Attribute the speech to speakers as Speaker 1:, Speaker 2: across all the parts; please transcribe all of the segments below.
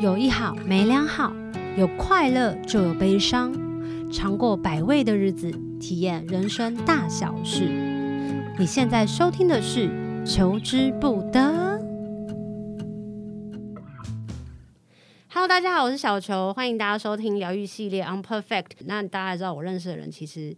Speaker 1: 有一好没两好，有快乐就有悲伤，尝过百味的日子，体验人生大小事。你现在收听的是《求之不得》。Hello，大家好，我是小球，欢迎大家收听疗愈系列《Unperfect》。那大家也知道，我认识的人其实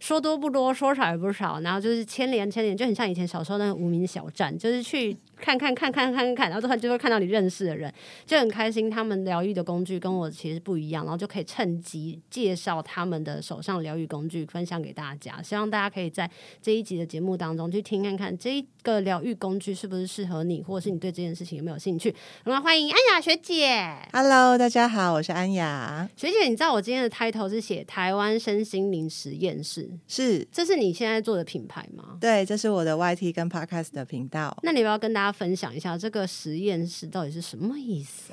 Speaker 1: 说多不多，说少也不少，然后就是牵连牵连，就很像以前小时候那个无名小站，就是去看看看看看看，然后突然就会看到你认识的人，就很开心。他们疗愈的工具跟我其实不一样，然后就可以趁机介绍他们的手上疗愈工具分享给大家，希望大家可以在这一集的节目当中去听看看这一个疗愈工具是不是适合你，或者是你对这件事情有没有兴趣。那欢迎安雅学姐。
Speaker 2: Hello，大家好，我是安雅。
Speaker 1: 学姐，你知道我今天的 title 是写台湾身心灵实验室，
Speaker 2: 是，
Speaker 1: 这是你现在做的品牌吗？
Speaker 2: 对，这是我的 YT 跟 Podcast 的频道。
Speaker 1: 那你要不要跟大家分享一下这个实验室到底是什么意思？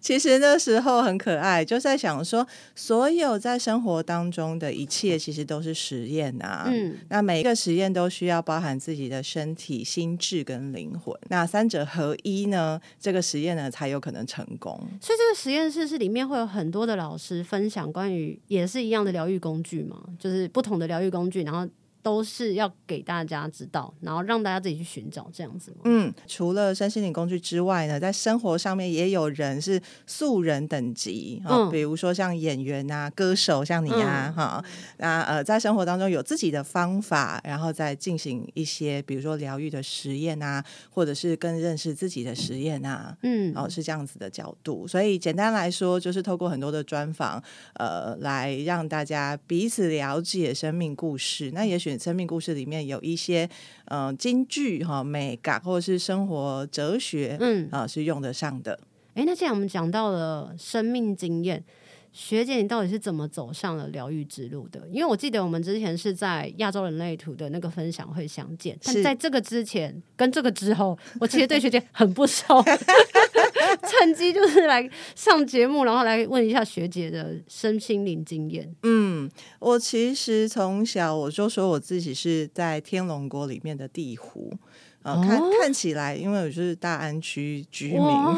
Speaker 2: 其实那时候很可爱，就在想说，所有在生活当中的一切，其实都是实验啊。
Speaker 1: 嗯，
Speaker 2: 那每一个实验都需要包含自己的身体、心智跟灵魂，那三者合一呢，这个实验呢才有可能成功。
Speaker 1: 所以这个实验室是里面会有很多的老师分享关于也是一样的疗愈工具嘛，就是不同的疗愈工具，然后都是要给大家知道，然后让大家自己去寻找这样子吗？
Speaker 2: 嗯，除了身心灵工具之外呢，在生活上面也有人是素人等级啊、
Speaker 1: 嗯
Speaker 2: 比如说像演员啊、歌手，像你啊，哈、那呃，在生活当中有自己的方法，然后再进行一些，比如说疗愈的实验啊，或者是更认识自己的实验啊。
Speaker 1: 嗯，
Speaker 2: 哦，是这样子的角度，所以简单来说，就是透过很多的专访，呃，来让大家彼此了解生命故事。那也许生命故事里面有一些，呃，京剧哈、美感或者是生活哲学
Speaker 1: 嗯，
Speaker 2: 啊、是用得上的。
Speaker 1: 诶，那既然我们讲到了生命经验，学姐你到底是怎么走上了疗愈之路的？因为我记得我们之前是在亚洲人类图的那个分享会相见，但
Speaker 2: 是
Speaker 1: 在这个之前跟这个之后，我其实对学姐很不熟， 趁机就是来上节目，然后来问一下学姐的身心灵经验。
Speaker 2: 嗯，我其实从小我就说我自己是在天龙国里面的地虎。啊、
Speaker 1: 哦
Speaker 2: 看看起来，因为我就是大安区居民，
Speaker 1: 哇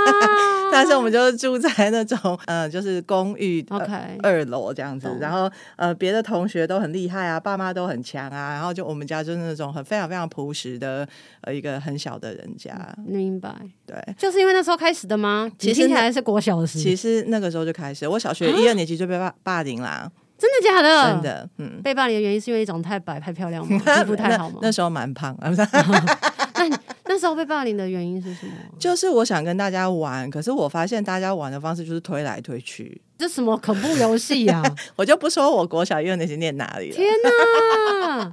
Speaker 2: 但是我们就住在那种呃，就是公寓 呃
Speaker 1: ，OK，
Speaker 2: 二楼这样子
Speaker 1: 懂，
Speaker 2: 然后呃，别的同学都很厉害啊，爸妈都很强啊，然后就我们家就是那种很非常非常朴实的呃一个很小的人家，
Speaker 1: 明白，
Speaker 2: 对。
Speaker 1: 就是因为那时候开始的吗？你
Speaker 2: 其实
Speaker 1: 听起
Speaker 2: 那
Speaker 1: 来是国小的时，
Speaker 2: 其实那个时候就开始，我小
Speaker 1: 啊
Speaker 2: 学一二年级就被霸霸凌啦，
Speaker 1: 真的假的？
Speaker 2: 真。的，嗯，
Speaker 1: 被霸凌的原因是因为你长得太白、太漂 亮吗？皮哦肤太好吗？哎
Speaker 2: 那时候蛮胖，啊不是
Speaker 1: 那时候被霸凌的原因是什么？
Speaker 2: 就是我想跟大家玩，可是我发现大家玩的方式就是推来推去，
Speaker 1: 这什么恐怖游戏啊呀！
Speaker 2: 我就不说我国小一二年级念哪里 了，
Speaker 1: 天 哪！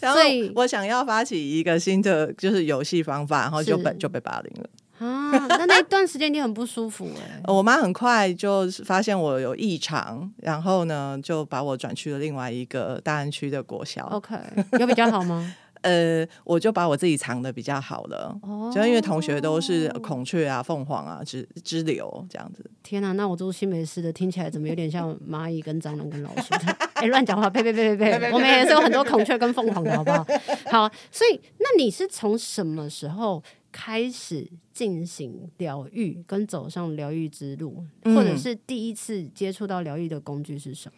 Speaker 2: 然后
Speaker 1: 所以
Speaker 2: 我想要发起一个新的就是游戏方法，然后就是被就被霸凌了。
Speaker 1: 啊，那那一段时间你很不舒服 哎、
Speaker 2: 呃我妈很快就是发现我有异常，然后呢就把我转去了另外一个大安区的国小。
Speaker 1: OK，有比较好吗？
Speaker 2: 呃，我就把我自己藏的比较好了，
Speaker 1: 哦
Speaker 2: 就因为同学都是孔雀啊、凤凰啊之之流这样子。
Speaker 1: 天哪，那我住新北市的，听起来怎么有点像蚂蚁、跟蟑螂、跟老鼠的？哎、乱讲话！呸呸呸 呸呸！我们也是有很多孔雀跟凤凰的，好不好？好，所以那你是从什么时候开始进行疗愈，跟走上疗愈之路，
Speaker 2: 嗯
Speaker 1: 或者是第一次接触到疗愈的工具是什么？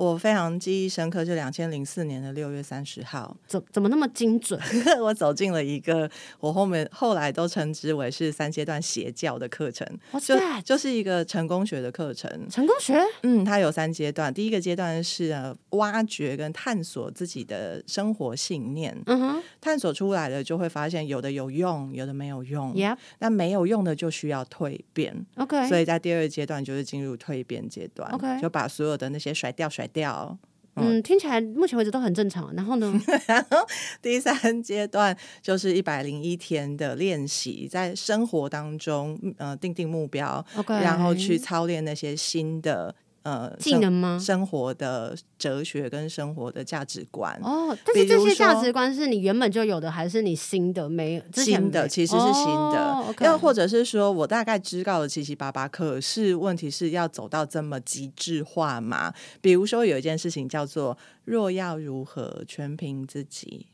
Speaker 2: 我非常记忆深刻，是两千零四年的六月三十号，
Speaker 1: 怎怎么那么精准？
Speaker 2: 我走进了一个我后面后来都称之为是三阶段邪教的课程，
Speaker 1: What's
Speaker 2: 就
Speaker 1: that？
Speaker 2: 就是一个成功学的课程。
Speaker 1: 成功学
Speaker 2: 嗯，它有三阶段，第一个阶段是呃挖掘跟探索自己的生活信念，
Speaker 1: 嗯哼
Speaker 2: 探索出来了就会发现有的有用，有的没有用。
Speaker 1: ，Yep，OK，、
Speaker 2: 那没有用的就需要蜕变，
Speaker 1: OK
Speaker 2: 嗯所以在第二阶段就是进入蜕变阶段
Speaker 1: 哎 OK
Speaker 2: 就把所有的那些甩掉甩掉。
Speaker 1: 嗯，听起来目前为止都很正常。然后 呢，
Speaker 2: 第三阶段就是一百零一天的练习，在生活当中呃定定目标
Speaker 1: OK
Speaker 2: 然后去操练那些新的呃
Speaker 1: 技能吗？
Speaker 2: 生活的哲学跟生活的价值观。
Speaker 1: 哦，但是
Speaker 2: 比
Speaker 1: 这
Speaker 2: 如
Speaker 1: 些价
Speaker 2: 说
Speaker 1: 值观是你原本就有的，还是你新的？没之前
Speaker 2: 新的
Speaker 1: 没
Speaker 2: 其实是新
Speaker 1: 哦
Speaker 2: 的，
Speaker 1: ，OK
Speaker 2: 又、或者是说我大概知道了七七八八，可是问题是要走到这么极致化嘛？比如说有一件事情叫做“若要如何，全凭自己”。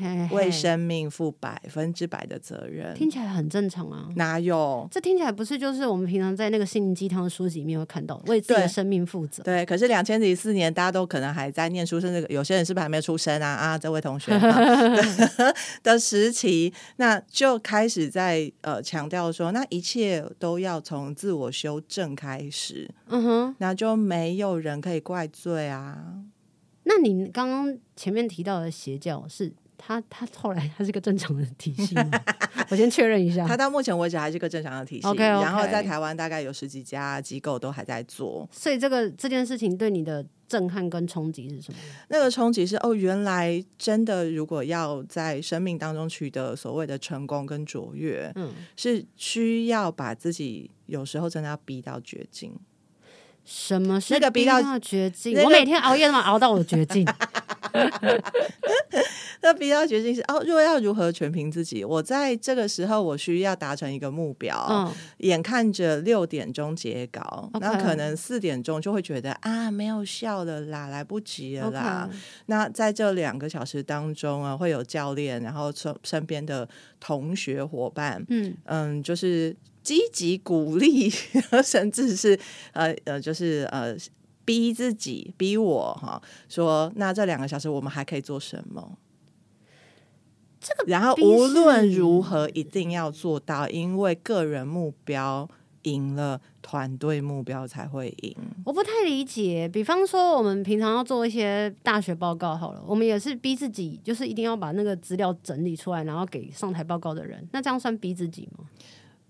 Speaker 1: 嘿嘿
Speaker 2: 为生命负百分之百的责任，
Speaker 1: 听起来很正常啊。
Speaker 2: 哪有？
Speaker 1: 这听起来不是就是我们平常在那个心灵鸡汤的书籍里面会看到的为自己的
Speaker 2: 对
Speaker 1: 生命负责？
Speaker 2: 对，可是两千零四年，大家都可能还在念书，甚至有些人是不是还没出生啊？啊，这位同学、啊、对 的时期，那就开始在呃强调说，那一切都要从自我修正开始，
Speaker 1: 嗯哼，
Speaker 2: 那就没有人可以怪罪啊。
Speaker 1: 那你刚刚前面提到的邪教是它，它后来它是个正常的体系 吗？我先确认一下
Speaker 2: 它，到目前为止还是个正常的体系
Speaker 1: OK，OK
Speaker 2: 然后在台湾大概有十几家机构都还在做。
Speaker 1: 所以这个这件事情对你的震撼跟冲击是什么？
Speaker 2: 那个冲击是哦，原来真的如果要在生命当中取得所谓的成功跟卓越，
Speaker 1: 嗯，
Speaker 2: 是需要把自己有时候真的要逼到绝境。
Speaker 1: 什么是
Speaker 2: 那个
Speaker 1: 逼
Speaker 2: 逼到
Speaker 1: 到绝境？
Speaker 2: 那个
Speaker 1: 我每天熬夜嘛，熬到我绝境。
Speaker 2: 那逼到绝境是哦，若要如何全凭自己？我在这个时候，我需要达成一个目标，
Speaker 1: 嗯，
Speaker 2: 眼看着六点钟截稿，
Speaker 1: OK
Speaker 2: 那可能四点钟就会觉得啊，没有效了啦，来不及了
Speaker 1: OK，
Speaker 2: 啦。那在这两个小时当中啊，会有教练，然后身身边的同学伙伴，
Speaker 1: 嗯，
Speaker 2: 嗯，就是积极鼓励， 甚至是呃呃，就是呃。逼自己，逼我哈，说那这两个小时我们还可以做什么？这个，然后
Speaker 1: 逼
Speaker 2: 无
Speaker 1: 是
Speaker 2: 论如何一定要做到，因为个人目标赢了，团队目标才会赢。
Speaker 1: 我不太理解。比方说，我们平常要做一些大学报告好了，我们也是逼自己，就是一定要把那个资料整理出来，然后给上台报告的人。那这样算逼自己吗？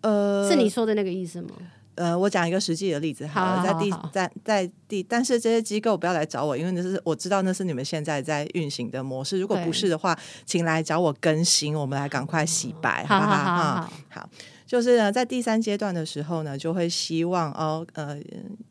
Speaker 2: 呃，
Speaker 1: 是你说的那个意思吗？
Speaker 2: 呃，我讲一个实际的例子好
Speaker 1: 好
Speaker 2: 了，
Speaker 1: 好
Speaker 2: 在第
Speaker 1: 好
Speaker 2: 在在第，但是这些机构不要来找我，因为那是我知道那是你们现在在运行的模式。如果
Speaker 1: 对
Speaker 2: 不是的话，请来找我更新，我们来赶快洗白，好
Speaker 1: 好
Speaker 2: 不
Speaker 1: 好
Speaker 2: 好？
Speaker 1: 好
Speaker 2: 哈
Speaker 1: 好，
Speaker 2: 好，就是呢，在第三阶段的时候呢，就会希望哦，呃，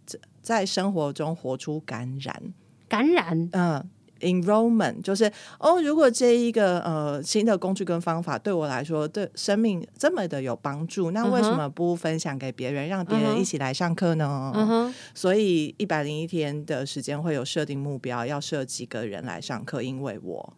Speaker 2: 这在生活中活出感染，
Speaker 1: 感染
Speaker 2: 嗯、Enrollment 就是哦，如果这一个呃新的工具跟方法对我来说对生命这么的有帮助，那为什
Speaker 1: 嗯哼
Speaker 2: 么不分享给别人，让别
Speaker 1: 嗯
Speaker 2: 人
Speaker 1: 哼
Speaker 2: 一起来上课呢？
Speaker 1: 嗯哼，
Speaker 2: 所以一百零一天的时间会有设定目标，要设几个人来上课，因为我，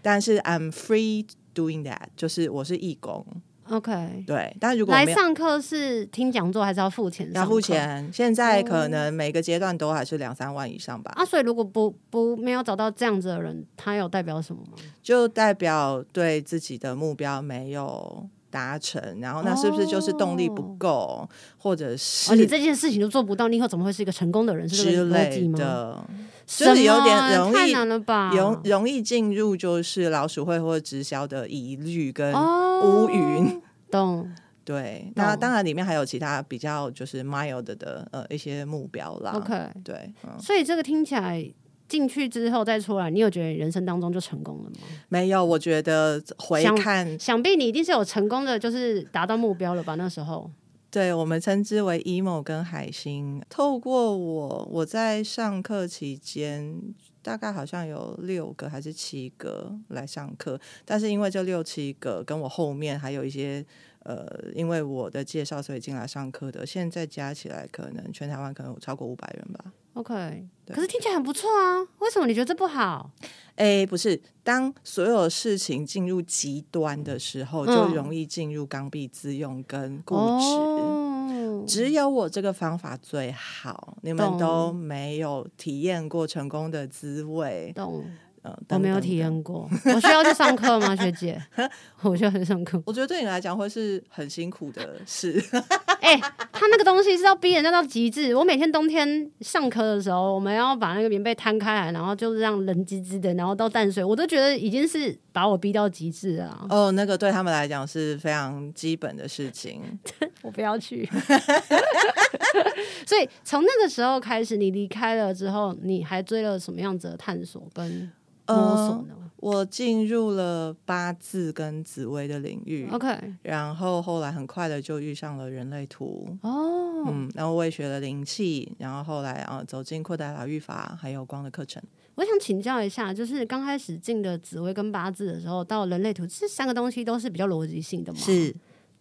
Speaker 2: 但是 I'm free doing that，就是我是义工，
Speaker 1: OK，
Speaker 2: 对。但如果
Speaker 1: 来
Speaker 2: 没有
Speaker 1: 上课是听讲座还是要付钱？
Speaker 2: 要付。钱，现在可
Speaker 1: 哦
Speaker 2: 能每个阶段都还是两三万以上吧，
Speaker 1: 啊，所以如果不不没有找到这样子的人，他有代表什么吗？
Speaker 2: 就代表对自己的目标没有。达成，然后那
Speaker 1: 哦
Speaker 2: 是不是就是动力不够，或者是
Speaker 1: 而哦你这件事情都做不到，你以后怎么会是一个成功的人？是这
Speaker 2: 之
Speaker 1: 个逻辑
Speaker 2: 类
Speaker 1: 吗？
Speaker 2: 的？
Speaker 1: 什
Speaker 2: 就是有点
Speaker 1: 么
Speaker 2: 容易
Speaker 1: 太难了吧？
Speaker 2: 容容易进入就是老鼠会或直销的疑虑跟
Speaker 1: 哦
Speaker 2: 乌云。
Speaker 1: 懂
Speaker 2: 对，那
Speaker 1: 懂
Speaker 2: 当然里面还有其他比较就是 mild 的呃一些目标啦。
Speaker 1: OK，
Speaker 2: 对，嗯，
Speaker 1: 所以这个听起来进去之后再出来，你有觉得你人生当中就成功了吗？
Speaker 2: 没有，我觉得回
Speaker 1: 想
Speaker 2: 看，
Speaker 1: 想必你一定是有成功的，就是达到目标了吧？那时候
Speaker 2: 对我们称之为 emo 跟海星。透过我，我在上课期间，大概好像有六个还是七个来上课，但是因为这六七个跟我后面还有一些。呃，因为我的介绍，所以进来上课的，现在加起来可能全台湾可能有超过五百人吧。
Speaker 1: OK，
Speaker 2: 对
Speaker 1: 可是听起来很不错啊，为什么你觉得这不好？
Speaker 2: 哎，不是，当所有事情进入极端的时
Speaker 1: 嗯
Speaker 2: 候，就容易进入刚愎自用跟固执。
Speaker 1: 哦
Speaker 2: 只有我这个方法最好，你们
Speaker 1: 懂
Speaker 2: 都没有体验过成功的滋味。
Speaker 1: 懂，
Speaker 2: 呃，
Speaker 1: 我
Speaker 2: 等
Speaker 1: 没有
Speaker 2: 等
Speaker 1: 体
Speaker 2: 等。
Speaker 1: 验过，我需要去上课吗，学 姐？我需要去上课。
Speaker 2: 我觉得对你来讲会是很辛苦的事。
Speaker 1: 哎、他那个东西是要逼人家到极致。我每天冬天上课的时候，我们要把那个棉被摊开来，然后就是让冷滋滋的，然后到淡水，我都觉得已经是把我逼到极致了啊。
Speaker 2: 哦，那个对他们来讲是非常基本的事情。
Speaker 1: 我不要去。 所以从那个时候开始，你离开了之后，你还追了什么样子的探索跟摸索呢、
Speaker 2: 我进入了八字跟紫薇的领域
Speaker 1: o k
Speaker 2: 然后后来很快的就遇上了人类图。
Speaker 1: 哦，
Speaker 2: 嗯，然后我也学了灵气，然后后来啊、呃走进扩大疗愈法，还有光的课程。
Speaker 1: 我想请教一下，就是刚开始进的紫薇跟八字的时候，到人类图这三个东西都是比较逻辑性的嘛？。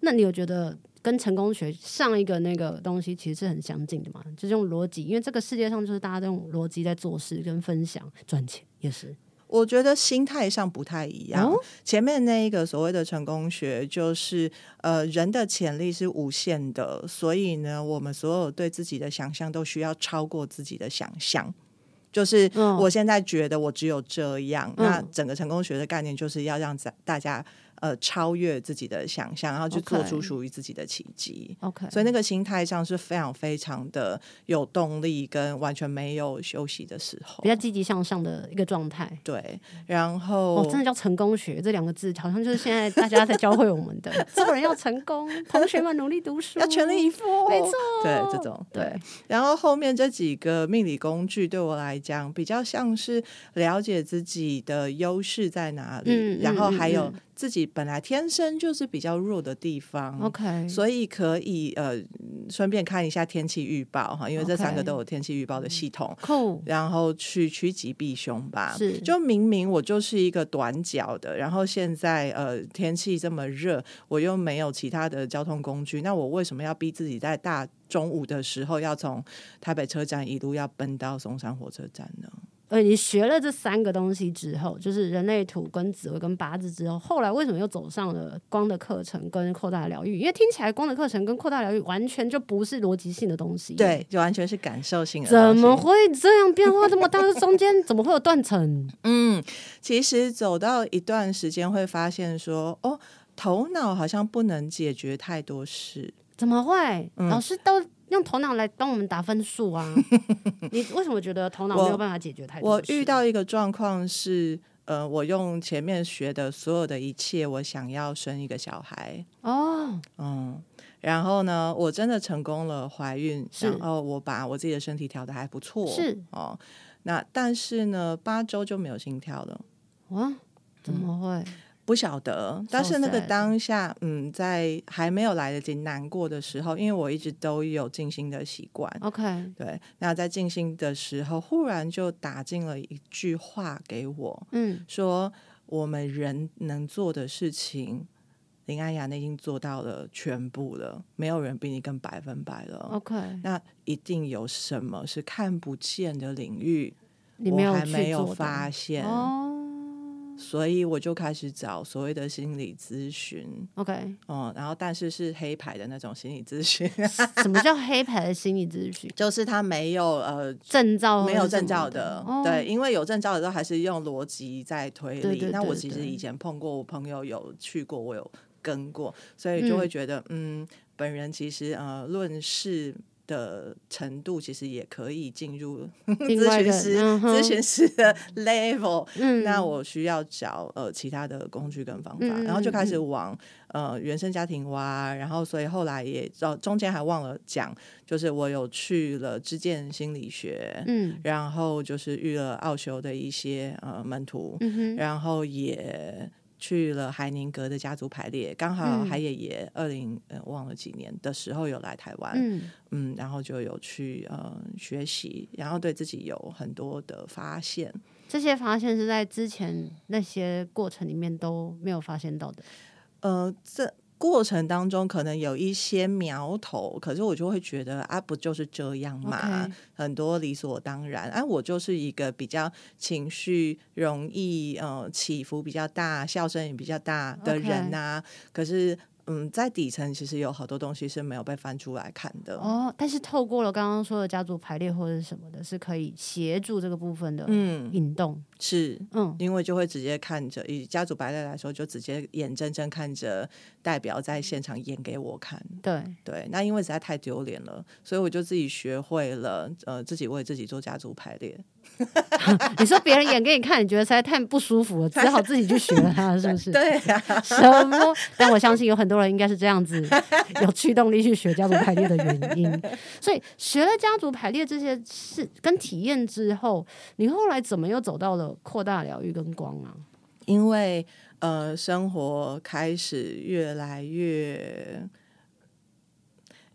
Speaker 1: 那你有觉得跟成功学上一个那个东西其实是很相近的嘛？就是用逻辑，因为这个世界上就是大家都用逻辑在做事跟分享赚钱也是。
Speaker 2: 我觉得心态上不太一样。
Speaker 1: 哦
Speaker 2: 前面那一个所谓的成功学，就是呃，人的潜力是无限的，所以呢，我们所有对自己的想象都需要超过自己的想象。就是
Speaker 1: 嗯
Speaker 2: 我现在觉得我只有这样，
Speaker 1: 嗯
Speaker 2: 那整个成功学的概念就是要让大大家呃超越自己的想象，然后去做
Speaker 1: OK 哦
Speaker 2: 出属于自己的奇迹。
Speaker 1: OK，
Speaker 2: 所以那个心态上是非常非常的有动力，跟完全没有休息的时候
Speaker 1: 比。较积极向上的一个状态。
Speaker 2: 对，然
Speaker 1: 嗯
Speaker 2: 后、
Speaker 1: 哦，真的叫成功学这两个字，好像就是现在大家在教会我们的， 做人要成功，同学们努力读书，
Speaker 2: 要全力以赴，
Speaker 1: 哦
Speaker 2: 哦
Speaker 1: 没错，
Speaker 2: 对这种
Speaker 1: 对
Speaker 2: 对。然后后面这几个命理工具对我来讲，比较像是了解自己的优势在哪里，
Speaker 1: 嗯嗯
Speaker 2: 然后还有
Speaker 1: 嗯
Speaker 2: 自己本来天生就是比较弱的地方。
Speaker 1: ，OK，
Speaker 2: 所以可以呃，顺便看一下天气预报哈，因为这
Speaker 1: OK 嗯
Speaker 2: 三个都有天气预报的系统。
Speaker 1: 酷，
Speaker 2: 然后去趋吉避凶吧。
Speaker 1: 是
Speaker 2: 就明明我就是一个短脚的，然后现在呃天气这么热，我又没有其他的交通工具，那我为什么要逼自己在大中午的时候要从台北车站一路要奔到松山火车站呢？
Speaker 1: 呃，你学了这三个东西之后，就是人类图、跟紫微、跟八字之后，后来为什么又走上了光的课程跟扩大疗愈？因为听起来光的课程跟扩大疗愈完全就不是逻辑性的东西。，
Speaker 2: 对，就完全是感受性的东
Speaker 1: 怎
Speaker 2: 西。
Speaker 1: 么会这样变化这么大？这中间怎么会有断层？
Speaker 2: 嗯，其实走到一段时间会发现说，哦，头脑好像不能解决太多事。
Speaker 1: 怎么会？
Speaker 2: 嗯
Speaker 1: 老师都用头脑来帮我们打分数 啊！你为什么觉得头脑没有办法解决太多
Speaker 2: 我
Speaker 1: 事
Speaker 2: 遇到一个状况是，呃，我用前面学的所有的一切，我想要生一个小孩，
Speaker 1: 哦，
Speaker 2: 嗯，然后呢，我真的成功了，怀孕，
Speaker 1: 是
Speaker 2: 然后我把我自己的身体调的还不错，
Speaker 1: 是
Speaker 2: 哦，那但是呢，八周就没有心跳了。
Speaker 1: 哇，怎么
Speaker 2: 嗯
Speaker 1: 会？
Speaker 2: 不晓得，但是那个
Speaker 1: sad
Speaker 2: 当下，嗯，在还没有来得及难过的时候，因为我一直都有静心的习惯，
Speaker 1: OK，
Speaker 2: 对，那在静心的时候，忽然就打进了一句话给我，
Speaker 1: 嗯，
Speaker 2: 说我们人能做的事情，林安雅你已经做到了全部了，没有人比你更百分百了。
Speaker 1: OK，
Speaker 2: 那一定有什么是看不见的领域，
Speaker 1: 你
Speaker 2: 我还
Speaker 1: 去
Speaker 2: 没有
Speaker 1: 做的
Speaker 2: 发现，
Speaker 1: 哦
Speaker 2: 所以我就开始找所谓的心理咨询。
Speaker 1: ，OK，
Speaker 2: 哦、然后但是是黑牌的那种心理咨询，
Speaker 1: 什么叫黑牌的心理咨询？
Speaker 2: 就是他没有呃
Speaker 1: 证照
Speaker 2: 没有
Speaker 1: 或者什
Speaker 2: 证
Speaker 1: 哦么
Speaker 2: 照
Speaker 1: 的
Speaker 2: 的，，
Speaker 1: 哦
Speaker 2: 对，， 因为有证照的都还是用逻辑在推理。
Speaker 1: 对对
Speaker 2: 那我
Speaker 1: 对
Speaker 2: 其实
Speaker 1: 对
Speaker 2: 以前碰过，我朋友有去过，我有跟过，所以就会
Speaker 1: 嗯
Speaker 2: 觉得，嗯，本人其实呃论事。的程度其实也可以进入
Speaker 1: 另外
Speaker 2: 咨
Speaker 1: 一个
Speaker 2: 询师、
Speaker 1: 嗯哼
Speaker 2: 咨询师的 level，、
Speaker 1: 嗯
Speaker 2: 那我需要找呃其他的工具跟方法，
Speaker 1: 嗯嗯
Speaker 2: 然后就开始
Speaker 1: 嗯
Speaker 2: 往呃原生家庭挖，然后所以后来也哦中间还忘了讲，就是我有去了知见心理学，
Speaker 1: 嗯
Speaker 2: 然后就是遇了奥修的一些呃门徒，
Speaker 1: 嗯哼，
Speaker 2: 然后也去了海宁格的家族排列，刚好
Speaker 1: 嗯
Speaker 2: 海野也二零呃忘了几年的时候有来台湾，嗯
Speaker 1: 嗯
Speaker 2: 然后就有去呃学习，然后对自己有很多的发现。
Speaker 1: 这些发现是在之前那些过程里面都没有发现到的。
Speaker 2: 呃，这过程当中可能有一些苗头，可是我就会觉得啊，不就是这样嘛
Speaker 1: OK
Speaker 2: 很多理所当然。啊，我就是一个比较情绪容易呃起伏比较大、笑声也比较大的
Speaker 1: OK
Speaker 2: 人呐、可是。嗯，在底层其实有好多东西是没有被翻出来看的。
Speaker 1: 哦，但是透过了刚刚说的家族排列或者是什么的，是可以协助这个部分的
Speaker 2: 嗯，
Speaker 1: 引动。
Speaker 2: 是
Speaker 1: 嗯，
Speaker 2: 因为就会直接看着，以家族白类来说，就直接眼睁睁看着代表在现场演给我看。
Speaker 1: 对，
Speaker 2: 对，那因为实在太丢脸了，所以我就自己学会了，呃，自己为自己做家族排列。
Speaker 1: 你说别人演给你看，你觉得实在太不舒服了，只好自己去学它，是不是？
Speaker 2: 对啊，
Speaker 1: 什么？但我相信有很多人应该是这样子，有驱动力去学家族排列的原因。所以学了家族排列这些事跟体验之后，你后来怎么又走到了扩大疗愈跟光啊？
Speaker 2: 因为呃，生活开始越来越，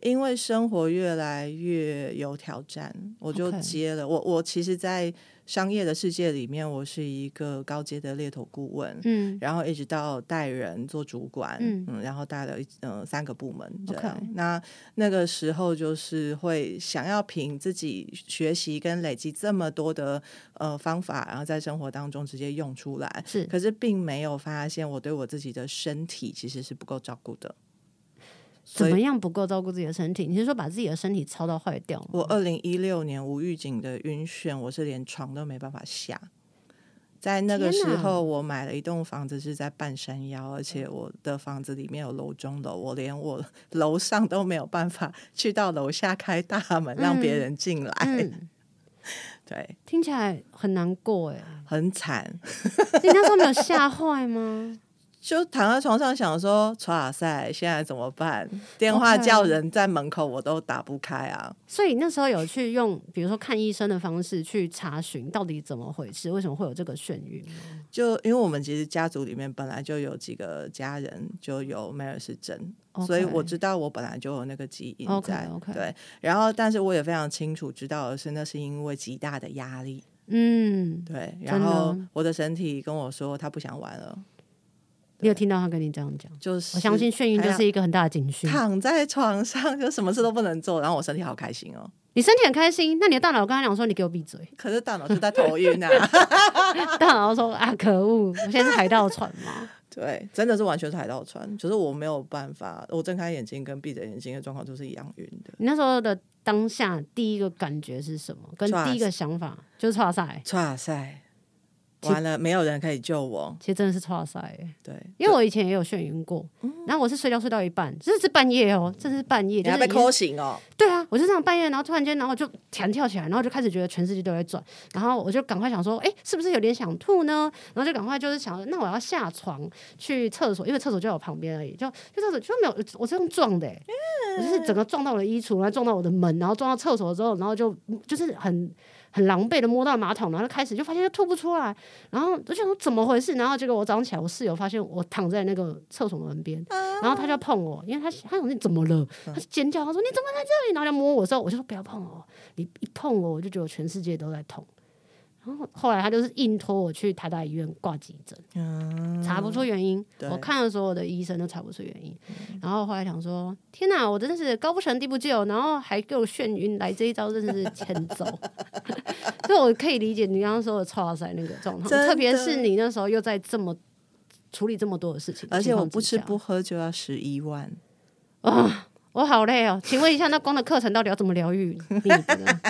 Speaker 2: 因为生活越来越有挑战，我就
Speaker 1: OK
Speaker 2: 接了我我其实，在商业的世界里面，我是一个高阶的猎头顾问，
Speaker 1: 嗯
Speaker 2: 然后一直到带人做主管，
Speaker 1: 嗯
Speaker 2: 嗯然后带了一呃三个部门这
Speaker 1: OK
Speaker 2: 样。那那个时候就是会想要凭自己学习跟累积这么多的呃方法，然后在生活当中直接用出来。
Speaker 1: 是
Speaker 2: 可是并没有发现我对我自己的身体其实是不够照顾的。
Speaker 1: 怎
Speaker 2: 所以
Speaker 1: 么样不够照顾自己的身体？你是说把自己的身体操到坏掉吗？
Speaker 2: 我二零一六年无预警的晕眩，我是连床都没办法下。在那个
Speaker 1: 天
Speaker 2: 时
Speaker 1: 哪嗯
Speaker 2: 候，我买了一栋房子是在半山腰，而且我的房子里面有楼中楼，我连我 楼上都没有办法去到楼下开大门让别人进来，
Speaker 1: 嗯，
Speaker 2: 对，
Speaker 1: 听起来很难过哎。
Speaker 2: 很惨。
Speaker 1: 你那时候没有吓坏吗？
Speaker 2: 就躺在床上想说，哇塞，现在怎么办？电话
Speaker 1: OK
Speaker 2: 叫人在门口我都打不开啊。
Speaker 1: 所以那时候有去用，比如说看医生的方式去查询到底怎么回事，为什么会有这个眩晕吗？
Speaker 2: 就因为我们其实家族里面本来就有几个家人就有梅尔氏症
Speaker 1: OK
Speaker 2: 所以我知道我本来就有那个基因在。
Speaker 1: OK，OK
Speaker 2: 对，然后但是我也非常清楚知道的是，那是因为极大的压力。
Speaker 1: 嗯，
Speaker 2: 对，
Speaker 1: 真
Speaker 2: 然
Speaker 1: 的
Speaker 2: 后我的身体跟我说他不想玩了，
Speaker 1: 你有听到他跟你这样讲？
Speaker 2: 就是
Speaker 1: 我相信眩晕
Speaker 2: 他
Speaker 1: 就
Speaker 2: 要
Speaker 1: 是一个很大的警讯。
Speaker 2: 躺在床上就什么事都不能做，然后我身体好开心哦，
Speaker 1: 你身体很开心，那你的大脑跟他讲说：“你给我闭嘴。
Speaker 2: 可是大脑就在头晕 啊。”
Speaker 1: 大脑说：“啊，可恶，我现在是海盗船 吗。
Speaker 2: 对，真的是完全是海盗船，就是我没有办法，我睁开眼睛跟闭着眼睛的状况都是一样晕的？”
Speaker 1: 你那时候的当下第一个感觉是什么？跟
Speaker 2: 抓
Speaker 1: 第一个想法就是挫赛，
Speaker 2: 哇塞，完了，没有人可以救我。
Speaker 1: 其实真的是挫赛欸、
Speaker 2: 对，嗯
Speaker 1: 因为我以前也有眩晕过，然后我是睡觉睡到一半，这是半夜哦、这是半夜，
Speaker 2: 你
Speaker 1: 就
Speaker 2: 要
Speaker 1: 是
Speaker 2: 被
Speaker 1: 已经
Speaker 2: 抠醒哦。
Speaker 1: 对啊，我就这样半夜，然后突然间，然后就弹跳起来，然后就开始觉得全世界都在转，然后我就赶快想说，哎，是不是有点想吐呢？然后就赶快就是想，那我要下床去厕所，因为厕所就在我旁边而已，就就厕所就没有，我是用撞的、欸，我就是整个撞到我的衣橱，然后撞到我的门，然后撞到厕所之后，然后就嗯就是很。很狼狈的摸到马桶，然后就开始就发现就吐不出来，然后我就想说怎么回事，然后结果我早上起来，我室友发现我躺在那个厕所门边，然后他就碰我，因为他他想说你怎么了，
Speaker 2: 嗯
Speaker 1: 他就尖叫，他说你怎么在这里，然后就摸我的时候，我就说不要碰我，你一碰我，我就觉得全世界都在痛。然后后来他就是硬拖我去台大医院挂急诊，查不出原因。
Speaker 2: 嗯对嗯
Speaker 1: 我看了所有的医生都查不出原因。然后后来想说，天哪，我真的是高不成低不就，然后还给我眩晕，来这一招真的是欠揍。 所以我可以理解你刚刚说的超赛那个状况，
Speaker 2: 真的
Speaker 1: 特别是你那时候又在这么处理这么多的事情，
Speaker 2: 而且我不吃
Speaker 1: 情况之下
Speaker 2: 不喝就要十一万，
Speaker 1: 我好累哦，请问一下，那光的课程到底要怎么疗愈你的呢？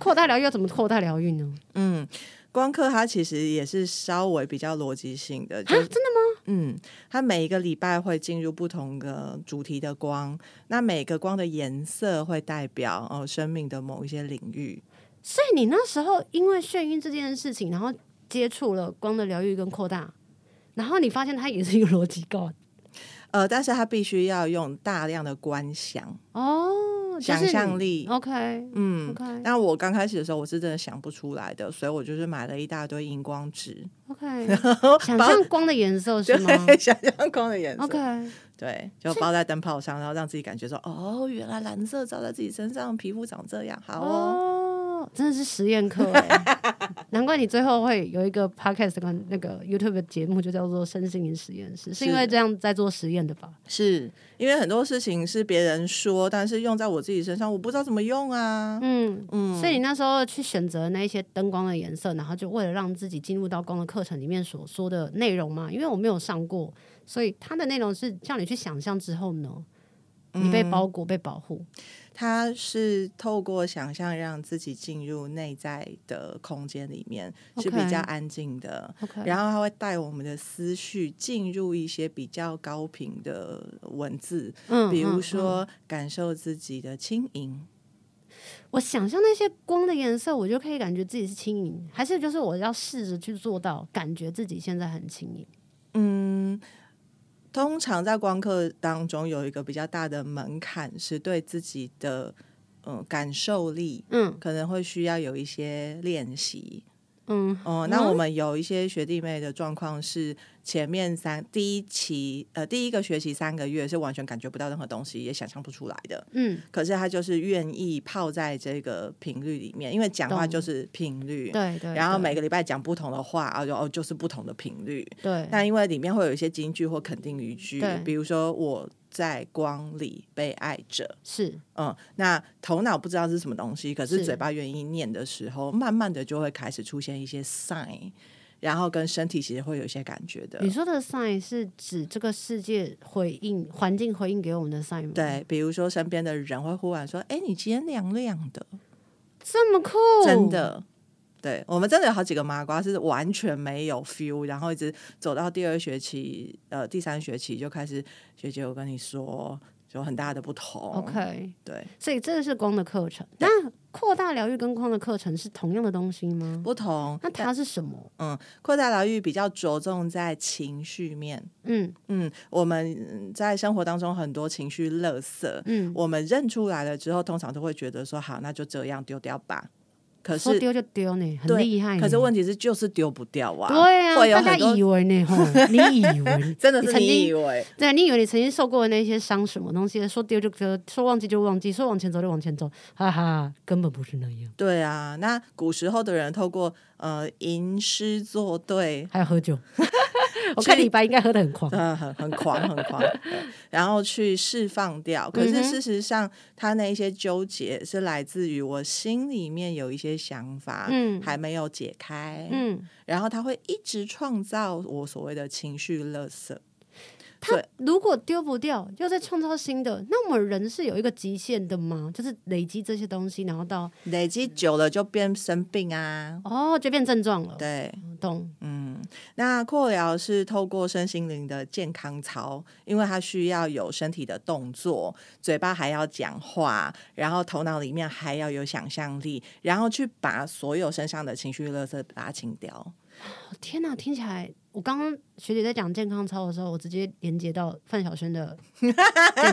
Speaker 1: 扩大疗愈要怎么扩大疗愈呢？
Speaker 2: 嗯光课它其实也是稍微比较逻辑性的，就
Speaker 1: 啊
Speaker 2: 是
Speaker 1: 真的
Speaker 2: 嗯，它每一个礼拜会进入不同的主题的光，那每个光的颜色会代表哦、呃生命的某一些领域。
Speaker 1: 吗？所以你那时候因为眩晕这件事情，然后接触了光的疗愈跟扩大，然后你发现它也是一个逻辑构
Speaker 2: 呃，但是它必须要用大量的观想、
Speaker 1: 哦，就是
Speaker 2: 想
Speaker 1: 你
Speaker 2: 象。力，
Speaker 1: OK，
Speaker 2: 嗯
Speaker 1: OK
Speaker 2: 那我刚开始的时候，我是真的想不出来的，所以我就是买了一大堆荧光纸，
Speaker 1: OK，想象光的颜色 是吗
Speaker 2: 对，想象光的颜色
Speaker 1: ？OK，
Speaker 2: 对，就包在灯泡上，然后让自己感觉说，哦，原来蓝色照在自己身上，皮肤长这样，好哦。
Speaker 1: 哦，真的是实验课 哎，难怪你最后会有一个 podcast 跟那个 YouTube 的节目，就叫做身心灵实验室，是因
Speaker 2: 是
Speaker 1: 为这样在做实验的吧？
Speaker 2: 是因为很多事情是别人说，但是用在我自己身上，我不知道怎么用啊。
Speaker 1: 嗯嗯，所以你那时候去选择那一些灯光的颜色，然后就为了让自己进入到光的课程里面所说的内容嘛，因为我没有上过，所以它的内容是叫你去想象之后呢，嗯你
Speaker 2: 嗯
Speaker 1: 被包裹、被保护。
Speaker 2: 它是透过想象让自己进入内在的空间里面，是比
Speaker 1: OK
Speaker 2: 较安静的。
Speaker 1: OK，
Speaker 2: 然后它会带我们的思绪进入一些比较高频的文字，
Speaker 1: 嗯
Speaker 2: 比
Speaker 1: 嗯
Speaker 2: 如
Speaker 1: 嗯
Speaker 2: 说感受自己的轻盈。
Speaker 1: 我想象那些光的颜色，我就可以感觉自己是轻盈，还是就是我要试着去做到，感觉自己现在很轻盈。
Speaker 2: 嗯，通常在光课当中有一个比较大的门槛，是对自己的嗯、呃感受力，
Speaker 1: 嗯
Speaker 2: 可能会需要有一些练习。
Speaker 1: 嗯，
Speaker 2: 哦，那我们有一些学弟妹的状况是，前面三第一期呃第一个学期三个月是完全感觉不到任何东西，也想象不出来的。
Speaker 1: 嗯，
Speaker 2: 可是他就是愿意泡在这个频率里面，因为讲话
Speaker 1: 懂
Speaker 2: 就是频率，
Speaker 1: 对对。
Speaker 2: 然后
Speaker 1: 对
Speaker 2: 每个礼拜讲不同的话，啊就哦就是不同的频率。
Speaker 1: 对
Speaker 2: 那因为里面会有一些金句或肯定语句
Speaker 1: 对，
Speaker 2: 比如说我在光里被爱着。
Speaker 1: 是
Speaker 2: 嗯，那头脑不知道是什么东西，可是
Speaker 1: 是
Speaker 2: 嘴巴愿意念的时候，慢慢的就会开始出现一些 sign，然后跟身体其实会有一些感觉的
Speaker 1: 你。说的 sign 是指这个世界回应环境回应给我们的 sign 吗？，
Speaker 2: 对，比如说身边的人会忽然说：“哎，你今天凉凉的，
Speaker 1: 这么酷，
Speaker 2: 真。的。”对我们真的有好几个麻瓜是完全没有 feel，然后一直走到第二学期，呃，第三学期就开始学姐，我跟你说，有很大的不同。
Speaker 1: 哦 OK，
Speaker 2: 对，
Speaker 1: 所以这个是光的课程。那扩大疗愈跟光的课程是同样的东西吗？
Speaker 2: 不同。
Speaker 1: 那
Speaker 2: 但
Speaker 1: 它是什么？
Speaker 2: 嗯，扩大疗愈比较着重在情绪面。
Speaker 1: 嗯
Speaker 2: 嗯，我们嗯在生活当中很多情绪垃圾，
Speaker 1: 嗯，
Speaker 2: 我们认出来了之后，通常都会觉得说好，那就这样丢掉吧。可
Speaker 1: 说
Speaker 2: 是，
Speaker 1: 丢就丢呢，很
Speaker 2: 对
Speaker 1: 厉害呢。
Speaker 2: 可是问题是就是丢不掉啊，
Speaker 1: 对啊，
Speaker 2: 会有
Speaker 1: 大
Speaker 2: 很
Speaker 1: 家
Speaker 2: 多
Speaker 1: 以为呢， 吼，你以为
Speaker 2: 真的
Speaker 1: 你
Speaker 2: 是
Speaker 1: 曾
Speaker 2: 你
Speaker 1: 经
Speaker 2: 以为
Speaker 1: 对，你以为你曾经受过的那些伤，什么东西，说丢就丢，说忘记就忘记，说往前走就往前走，哈哈，根本不是那样。
Speaker 2: 对啊。那古时候的人透过呃吟诗作对，
Speaker 1: 还要喝酒，我看李白应该喝的很狂。
Speaker 2: 嗯，很很狂，很狂，对然后去释放掉。可
Speaker 1: 嗯
Speaker 2: 是
Speaker 1: 哼
Speaker 2: 事实上，他那一些纠结是来自于我心里面有一些想法，
Speaker 1: 嗯
Speaker 2: 啊还没有解开，
Speaker 1: 嗯，
Speaker 2: 然后他会一直创造我所谓的情绪垃圾。
Speaker 1: 他
Speaker 2: 对
Speaker 1: 如果丢不掉，又在创造新的，那我们人是有一个极限的吗？就是累积这些东西，然后到
Speaker 2: 累积久了就变生病啊。
Speaker 1: 哦，就变症状了。哦
Speaker 2: 对，
Speaker 1: 懂，
Speaker 2: 嗯，那扩疗是透过身心灵的健康操，因为它需要有身体的动作，嘴巴还要讲话，然后头脑里面还要有想象力，然后去把所有身上的情绪垃圾把它清掉。
Speaker 1: 哦天哪，听起来。我刚刚学姐在讲健康操的时候，我直接连接到范晓萱的健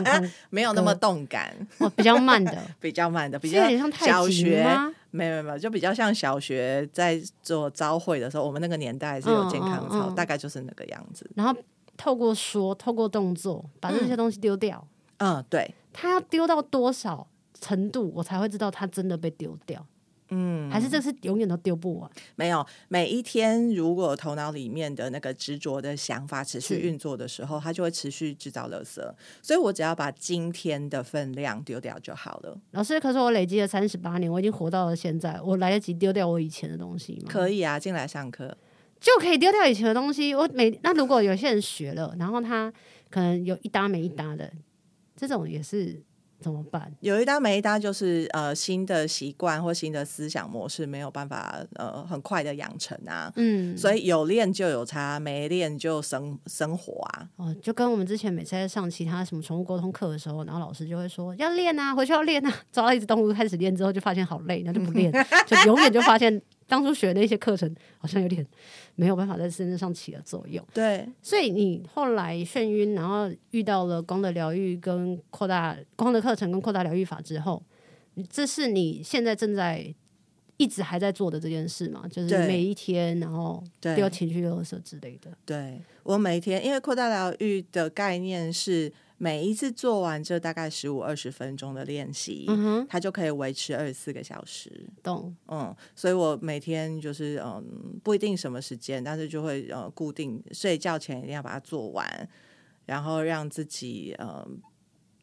Speaker 1: 康，
Speaker 2: 没有那么动感，
Speaker 1: 哦，比较慢的，
Speaker 2: 比较慢的，比
Speaker 1: 是有
Speaker 2: 较
Speaker 1: 点像太
Speaker 2: 小
Speaker 1: 极
Speaker 2: 学
Speaker 1: 吗？
Speaker 2: 没有没有没有，就比较像小学在做招会的时候，我们那个年代是有健康操，
Speaker 1: 嗯嗯嗯
Speaker 2: 大概就是那个样子。
Speaker 1: 然后透过说，透过动作，把这些东西丢掉。
Speaker 2: 嗯，对，
Speaker 1: 他要丢到多少程度，我才会知道他真的被丢掉？
Speaker 2: 嗯，
Speaker 1: 还是这是永远都丢不完？
Speaker 2: 没有，每一天如果头脑里面的那个执着的想法持续
Speaker 1: 是
Speaker 2: 运作的时候，它就会持续制造垃圾。所以我只要把今天的分量丢掉就好了。
Speaker 1: 老师，可是我累积了三十八年，我已经活到了现在，我来得及丢掉我以前的东西吗？
Speaker 2: 可以啊，进来上课。
Speaker 1: 就可以丢掉以前的东西。我每那如果有些人学了，然后他可能有一搭没一搭的，这种也是怎么办？
Speaker 2: 有一搭没一搭，就是呃新的习惯或新的思想模式没有办法呃很快的养成啊。
Speaker 1: 嗯，
Speaker 2: 所以有练就有差，没练就生生活啊。
Speaker 1: 哦，就跟我们之前每次在上其他什么宠物沟通课的时候，然后老师就会说要练啊，回去要练啊。 抓到一只动物开始练之后，就发现好累，那就不 练，就永远就发现当初学的那些课程好像有点没有办法在身上起了作用。
Speaker 2: 对，
Speaker 1: 所以你后来眩晕，然后遇到了光的疗愈跟扩大光的课程跟扩大疗愈法之后，这是你现在正在一直还在做的这件事嘛？就是
Speaker 2: 对
Speaker 1: 每一天，然后
Speaker 2: 对
Speaker 1: 丢情绪垃圾之类的。
Speaker 2: 对我每天，因为扩大疗愈的概念是每一次做完这大概十五二十分钟的练习，
Speaker 1: 嗯哼，
Speaker 2: 它就可以维持二十四个小时。
Speaker 1: 懂。
Speaker 2: 嗯，所以我每天就是嗯，不一定什么时间，但是就会呃固定睡觉前一定要把它做完，然后让自己嗯。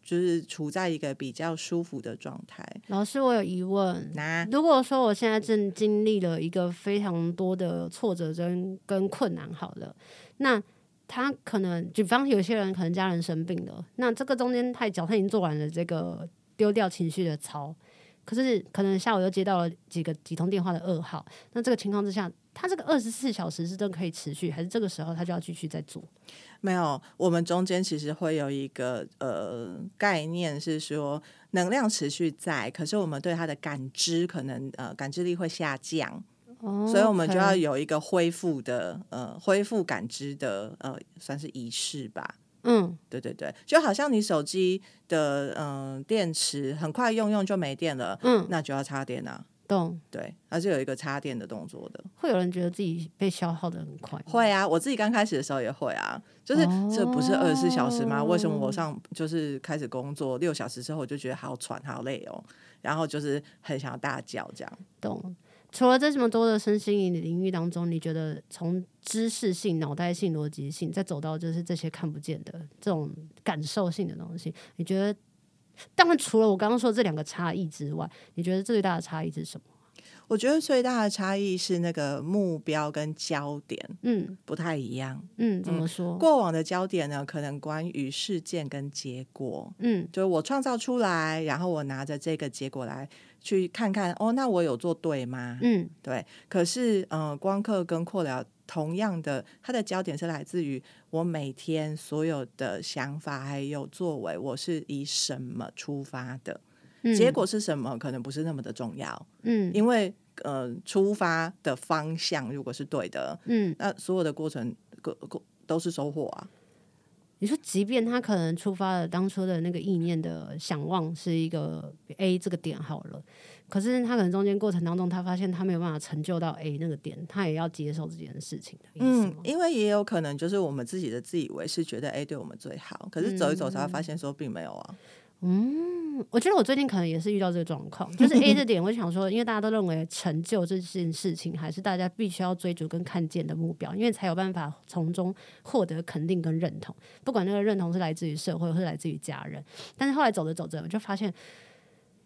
Speaker 2: 就是处在一个比较舒服的状态。
Speaker 1: 老师，我有疑问。
Speaker 2: 那
Speaker 1: 如果说我现在正经历了一个非常多的挫折跟跟困难，好了，那他可能，比方有些人可能家人生病了，那这个中间太久，他已经做完了这个丢掉情绪的操，可是可能下午又接到了几个几通电话的噩耗，那这个情况之下，他这个二十四小时是真的可以持续，还是这个时候他就要继续再做？
Speaker 2: 没有，我们中间其实会有一个呃概念是说，能量持续在，可是我们对它的感知可能呃感知力会下降，
Speaker 1: 哦
Speaker 2: 所以我们就要
Speaker 1: OK
Speaker 2: 有一个恢复的呃恢复感知的呃算是仪式吧。
Speaker 1: 嗯，
Speaker 2: 对对对，就好像你手机的嗯、呃电池很快用用就没电了，
Speaker 1: 嗯
Speaker 2: 那就要插电啊。
Speaker 1: 懂。
Speaker 2: 对，它是有一个插电的动作的。
Speaker 1: 会有人觉得自己被消耗的很快，
Speaker 2: 会啊，我自己刚开始的时候也会啊，就是、这不是二十四小时吗？为什么我上就是开始工作六小时之后，我就觉得好喘好累哦，然后就是很想要大叫这样。
Speaker 1: 懂。除了在这么多的身心灵领域当中，你觉得从知识性、脑袋性、逻辑性，再走到就是这些看不见的这种感受性的东西，你觉得？当然，除了我刚刚说这两个差异之外，你觉得最大的差异是什么？
Speaker 2: 我觉得最大的差异是那个目标跟焦点
Speaker 1: 嗯
Speaker 2: 不太一样。
Speaker 1: 嗯，怎么说？
Speaker 2: 过往的焦点呢，可能关于事件跟结果，
Speaker 1: 嗯
Speaker 2: 就是我创造出来，然后我拿着这个结果来去看看，哦，那我有做对吗？
Speaker 1: 嗯
Speaker 2: 对，可是呃，光刻跟扩疗同样的，它的焦点是来自于我每天所有的想法还有作为，我是以什么出发的，
Speaker 1: 嗯，
Speaker 2: 结果是什么可能不是那么的重要，
Speaker 1: 嗯
Speaker 2: 因为呃，出发的方向如果是对的，
Speaker 1: 嗯，
Speaker 2: 那所有的过程过过都是收获啊。
Speaker 1: 你说，即便他可能触发了当初的那个意念的想望是一个 A 这个点好了，可是他可能中间过程当中，他发现他没有办法成就到 A 那个点，他也要接受这件事情的意思
Speaker 2: 嗯
Speaker 1: 吗，
Speaker 2: 因为也有可能就是我们自己的自以为是，觉得哎、对我们最好，可是走一走才会
Speaker 1: 嗯
Speaker 2: 发现说并没有啊。
Speaker 1: 我觉得我最近可能也是遇到这个状况，就是 A 这点，我就想说，因为大家都认为成就这件事情还是大家必须要追逐跟看见的目标，因为才有办法从中获得肯定跟认同，不管那个认同是来自于社会，或是来自于家人。但是后来走着走着，我就发现，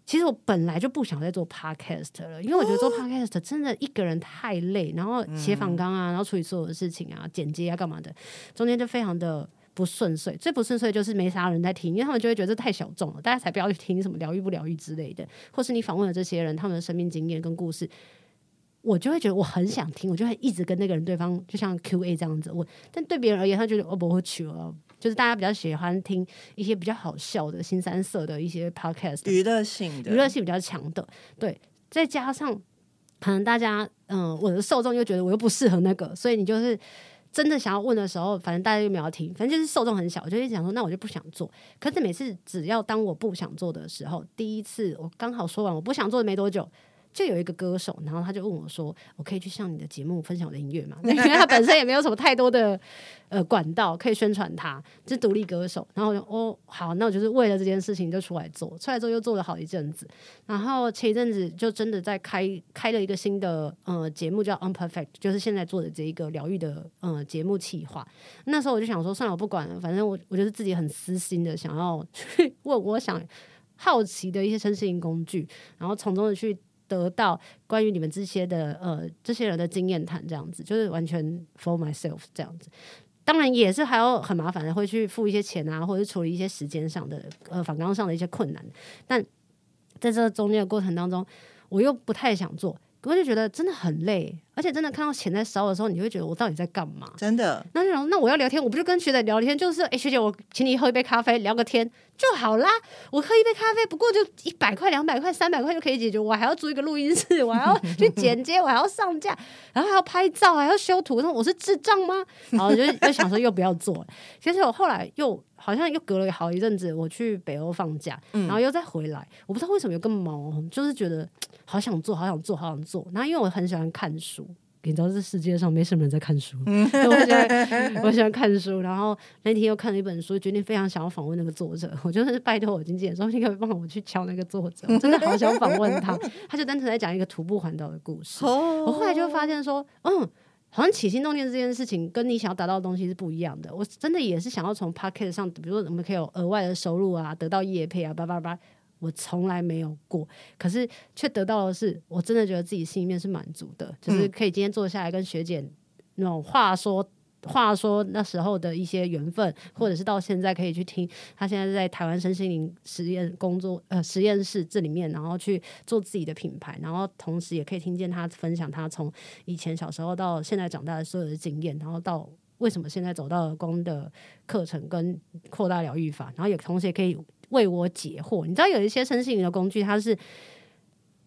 Speaker 1: 其实我本来就不想再做 podcast 了，因为我觉得做 podcast 真的一个人太累，然后写访纲啊，然后处理所有的事情啊，剪接啊，干嘛的，中间就非常的不顺遂。最不顺遂就是没啥人在听，因为他们就会觉得这太小众了，大家才不要去听什么疗愈不疗愈之类的，或是你访问的这些人他们的生命经验跟故事。我就会觉得我很想听，我就会一直跟那个人对方就像 Q A 这样子问，但对别人而言，他觉得哦我不会去了，就是大家比较喜欢听一些比较好笑的、新三色的一些 podcast，
Speaker 2: 娱乐性的，
Speaker 1: 娱乐性比较强的，对，再加上可能大家，嗯、我的受众又觉得我又不适合那个，所以你就是真的想要问的时候，反正大家又没有要听，反正就是受众很小，我就一直想说，那我就不想做。可是每次只要当我不想做的时候，第一次我刚好说完我不想做的没多久。就有一个歌手，然后他就问我说：“我可以去上你的节目分享我的音乐吗？” 因为他本身也没有什么太多的呃管道可以宣传他，是独立歌手。然后我就哦好，那我就是为了这件事情就出来做，出来之后又做了好一阵子。然后前一阵子就真的在开开了一个新的呃节目叫 Unperfect，就是现在做的这一个疗愈的呃节目企划。那时候我就想说，算了，我不管了，反正我我就是自己很私心的想要去问我想好奇的一些身心灵工具，然后从中的去。得到关于你们这些的呃这些人的经验谈，这样子就是完全 for myself 这样子。当然也是还要很麻烦的，会去付一些钱啊，或者是处理一些时间上的呃反纲上的一些困难。但在这中间的过程当中，我又不太想做，我就觉得真的很累，而且真的看到钱在烧的时候，你会觉得我到底在干嘛？
Speaker 2: 真的，
Speaker 1: 那就想那我要聊天，我不就跟学姐聊天，就是哎、诶学姐，我请你喝一杯咖啡聊个天就好啦。我喝一杯咖啡，不过就一百块、两百块、三百块就可以解决，我还要租一个录音室，我还要去剪接，我还要上架，然后还要拍照，还要修图，那我是智障吗？然后就 就想说又不要做了。其实我后来又好像又隔了好一阵子，我去北欧放假，然后又再回来，我不知道为什么有个毛红，就是觉得好想做，好想做，好想做。然后因为我很喜欢看书。你知道这世界上没什么人在看书，所以我喜欢我喜欢看书。然后那天又看了一本书，决定非常想要访问那个作者。我就是拜托我经纪人说，你可不可以帮我去敲那个作者，我真的好想访问他。他就单纯在讲一个徒步环岛的故事。我
Speaker 2: 哦，
Speaker 1: 后来就发现说，嗯，好像起心动念这件事情跟你想要达到的东西是不一样的。我真的也是想要从 p o c k e t 上，比如说我们可以有额外的收入啊，得到业配啊，叭叭叭。我从来没有过，可是却得到的是，我真的觉得自己心里面是满足的，就是可以今天坐下来跟学姐那种话说话说那时候的一些缘分，或者是到现在可以去听他现在在台湾身心灵实验工作呃实验室这里面，然后去做自己的品牌，然后同时也可以听见他分享他从以前小时候到现在长大的所有的经验，然后到。为什么现在走到光的课程跟扩大疗愈法，然后也同时也可以为我解惑。你知道有一些身心灵的工具，它是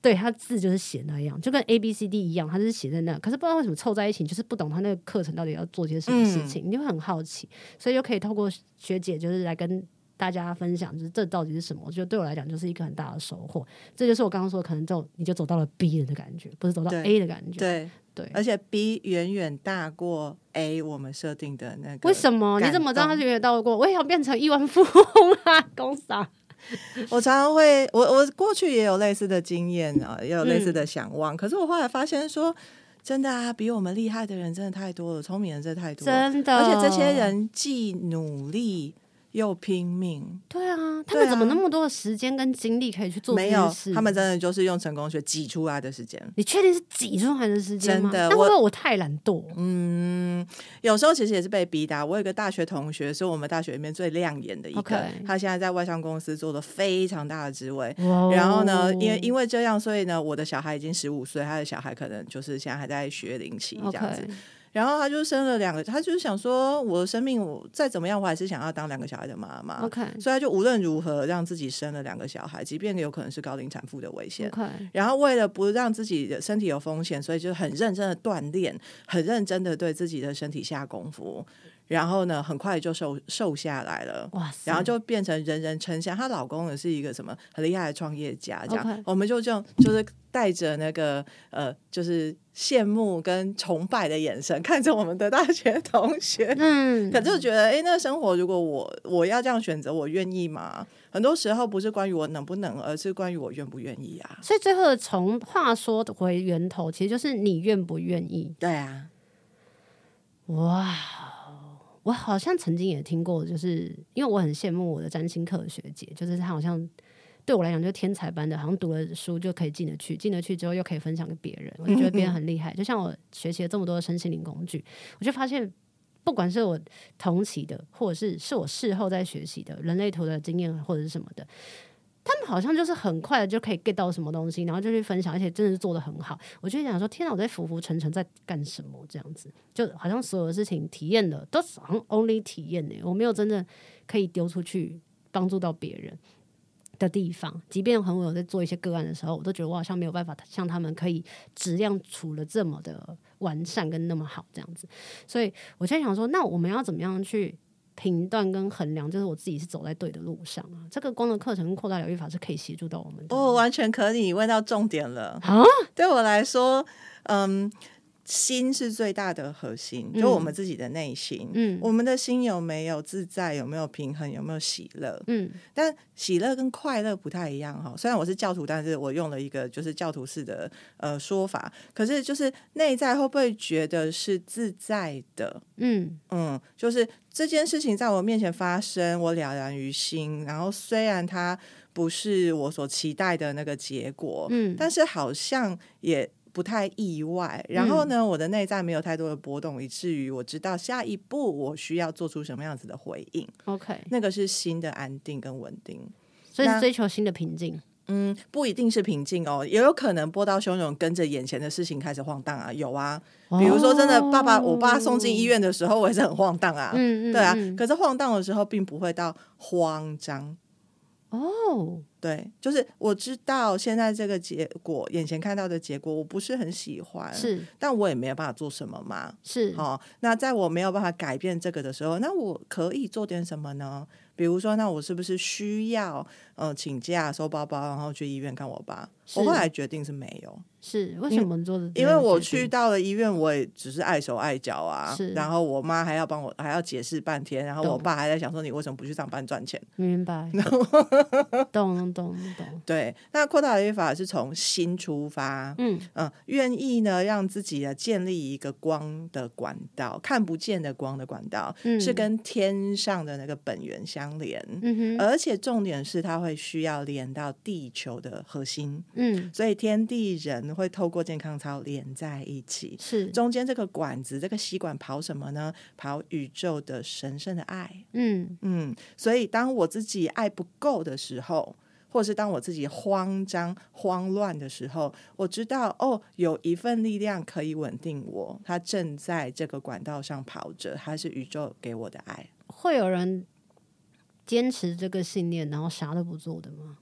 Speaker 1: 对它字就是写那样，就跟 A B C D 一样，它就是写在那，可是不知道为什么凑在一起，你就是不懂它那个课程到底要做些什么事情，你就会很好奇，所以就可以透过学姐就是来跟。大家分享，就是这到底是什么？我觉得对我来讲就是一个很大的收获。这就是我刚刚说，可能就你就走到了 B 人的感觉，不是走到
Speaker 2: 对
Speaker 1: A 的感觉。
Speaker 2: 对，
Speaker 1: 对，
Speaker 2: 而且 B 远远大过 A 我们设定的那个。
Speaker 1: 为什么？
Speaker 2: 感
Speaker 1: 你怎么知道
Speaker 2: 动
Speaker 1: 他远远到过？我也想变成亿万富翁啊， 公傻。
Speaker 2: 我常常会，我我过去也有类似的经验啊，也有类似
Speaker 1: 嗯
Speaker 2: 的想望。可是我后来发现说，真的啊，比我们厉害的人真的太多了，聪明人真的太多了，
Speaker 1: 真的，
Speaker 2: 而且这些人既努力又拼命。
Speaker 1: 对啊，他
Speaker 2: 对
Speaker 1: 们怎么
Speaker 2: 啊
Speaker 1: 那么多的时间跟精力可以去做这
Speaker 2: 没
Speaker 1: 件
Speaker 2: 有
Speaker 1: 事？，
Speaker 2: 他们真的就是用成功学挤出来的时间。
Speaker 1: 你确定是挤出来的时间吗？
Speaker 2: 真的
Speaker 1: 那会不
Speaker 2: 我
Speaker 1: 会我太懒惰？
Speaker 2: 嗯，有时候其实也是被逼的啊、我有一个大学同学，是我们大学里面最亮眼的一个
Speaker 1: OK
Speaker 2: 他现在在外商公司做的非常大的职位。
Speaker 1: 哇
Speaker 2: 然后呢，因为因
Speaker 1: 为
Speaker 2: 为这样，所以呢，我的小孩已经十五岁，他的小孩可能就是现在还在学龄期这
Speaker 1: OK，
Speaker 2: 样子。然后他就生了两个，他就是想说，我的生命我再怎么样，我还是想要当两个小孩的妈妈。
Speaker 1: OK
Speaker 2: 所以他就无论如何让自己生了两个小孩，即便有可能是高龄产妇的危险。
Speaker 1: OK，
Speaker 2: 然后为了不让自己的身体有风险，所以就很认真的锻炼，很认真的对自己的身体下功夫。然后呢，很快就瘦瘦下来了。
Speaker 1: 哇塞，
Speaker 2: 然后就变成人人称羡，她老公也是一个什么很厉害的创业家，这样
Speaker 1: OK
Speaker 2: 我们就这样就是带着那个呃，就是羡慕跟崇拜的眼神看着我们的大学同学，
Speaker 1: 嗯，
Speaker 2: 可就觉得哎、诶那生活如果我我要这样选择，我愿意吗？很多时候不是关于我能不能，而是关于我愿不愿意啊。
Speaker 1: 所以最后的从话说回源头，其实就是你愿不愿意。
Speaker 2: 对啊，
Speaker 1: 哇，我好像曾经也听过，就是因为我很羡慕我的占星课的学姐，就是她好像对我来讲就是天才般的，好像读了书就可以进得去，进得去之后又可以分享给别人，我就觉得别人很厉害。就像我学习了这么多的身心灵工具，我就发现。不管是我同期的，或者是是我事后在学习的人类图的经验，或者是什么的，他们好像就是很快的就可以 get 到什么东西，然后就去分享，而且真的是做的很好。我就想说，天哪，我在浮浮沉沉在干什么？这样子，就好像所有的事情体验的都是好像 only 体验欸呢、我没有真的可以丢出去帮助到别人的地方。即便很我有在做一些个案的时候，我都觉得我好像没有办法像他们可以质量除了这么的完善跟那么好这样子。所以我就在想说，那我们要怎么样去？评断跟衡量，就是我自己是走在对的路上啊。这个光的课程跟扩大疗愈法是可以协助到我们的。
Speaker 2: 哦，完全可以，你问到重点了。
Speaker 1: 啊，
Speaker 2: 对我来说，嗯，心是最大的核心，就我们自己的内心。
Speaker 1: 嗯
Speaker 2: 我们的心有没有自在，有没有平衡，有没有喜乐？
Speaker 1: 嗯，
Speaker 2: 但喜乐跟快乐不太一样哈。虽然我是教徒，但是我用了一个就是教徒式的呃说法，可是就是内在会不会觉得是自在的？
Speaker 1: 嗯
Speaker 2: 嗯，就是这件事情在我面前发生，我了然于心。然后虽然它不是我所期待的那个结果，
Speaker 1: 嗯
Speaker 2: 但是好像也不太意外。然
Speaker 1: 嗯
Speaker 2: 后呢，我的内在没有太多的波动，以至于我知道下一步我需要做出什么样子的回应。
Speaker 1: ，OK，
Speaker 2: 那个是新的安定跟稳定。
Speaker 1: 所以是
Speaker 2: 那
Speaker 1: 追求新的平静。
Speaker 2: 嗯，不一定是平静哦，也有可能波涛汹涌，跟着眼前的事情开始晃荡啊，有啊。比如说，真的，爸爸，我爸送进医院的时候，我也是很晃荡啊。
Speaker 1: 哦嗯，嗯嗯，
Speaker 2: 对啊，可是晃荡的时候并不会到慌张。
Speaker 1: 哦，
Speaker 2: 对，就是我知道现在这个结果，眼前看到的结果，我不是很喜欢，，
Speaker 1: 是
Speaker 2: 但我也没有办法做什么嘛。
Speaker 1: 是，
Speaker 2: 呃好、那在我没有办法改变这个的时候，那我可以做点什么呢？比如说，那我是不是需要呃请假收包包，然后去医院看我爸？
Speaker 1: 是
Speaker 2: 我后来决定是没有，
Speaker 1: 是为什么做的？
Speaker 2: 因为我去，到了医院，我也只是碍手碍脚啊
Speaker 1: 是，
Speaker 2: 然后我妈还要帮我还要解释半天，然后我
Speaker 1: 懂
Speaker 2: 爸还在想说你为什么不去上班赚钱？
Speaker 1: 明 白，懂懂懂懂，
Speaker 2: 对，那扩大的语法是从心出发，
Speaker 1: 嗯
Speaker 2: 嗯，愿意呢让自己呢建立一个光的管道，看不见的光的管道，
Speaker 1: 嗯，
Speaker 2: 是跟天上的那个本源相连，
Speaker 1: 嗯哼，
Speaker 2: 而且重点是它会需要连到地球的核心，
Speaker 1: 嗯
Speaker 2: 所以天地人会透过健康操连在一起。
Speaker 1: 是，
Speaker 2: 中间这个管子，这个吸管跑什么呢？跑宇宙的神圣的爱。
Speaker 1: 嗯
Speaker 2: 嗯，所以当我自己爱不够的时候，或是当我自己慌张、慌乱的时候，我知道哦，有一份力量可以稳定我，它正在这个管道上跑着，它是宇宙给我的爱。
Speaker 1: 会有人坚持这个信念，然后啥都不做的吗？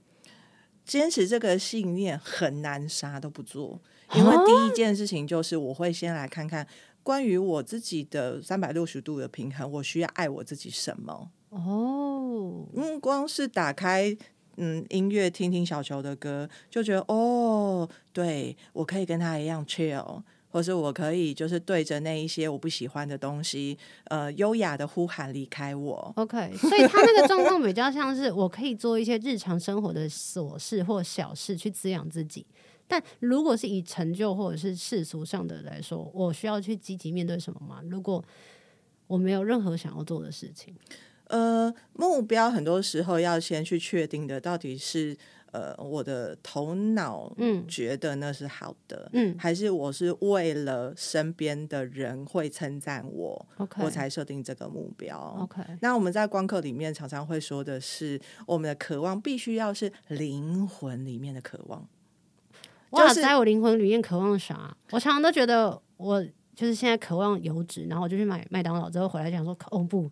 Speaker 2: 坚持这个信念很难，啥都不做，因
Speaker 1: 啊
Speaker 2: 为第一件事情就是我会先来看看关于我自己的三百六十度的平衡，我需要爱我自己什么。
Speaker 1: 哦，哦，
Speaker 2: 嗯，光是打开嗯音乐听听小球的歌，就觉得哦，对我可以跟他一样 chill，或是我可以就是对着那一些我不喜欢的东西，呃，优雅的呼喊离开我。
Speaker 1: OK，所以他那个状况比较像是我可以做一些日常生活的琐事或小事去滋养自己。但如果是以成就或者是世俗上的来说，我需要去积极面对什么吗？如果我没有任何想要做的事情，
Speaker 2: 呃，目标很多时候要先去确定的，到底是呃我的头脑
Speaker 1: 嗯
Speaker 2: 觉得那是好的，
Speaker 1: 嗯
Speaker 2: 还是我是为了身边的人会称赞我，
Speaker 1: ，OK，
Speaker 2: 我才设定这个目标。
Speaker 1: OK，
Speaker 2: 那我们在光课里面常常会说的是，我们的渴望必须要是灵魂里面的渴望。
Speaker 1: 哇
Speaker 2: 就是
Speaker 1: 在我灵魂里面渴望啥？我常常都觉得我就是现在渴望油脂，然后我就去买麦当劳，之后回来讲说，哦不，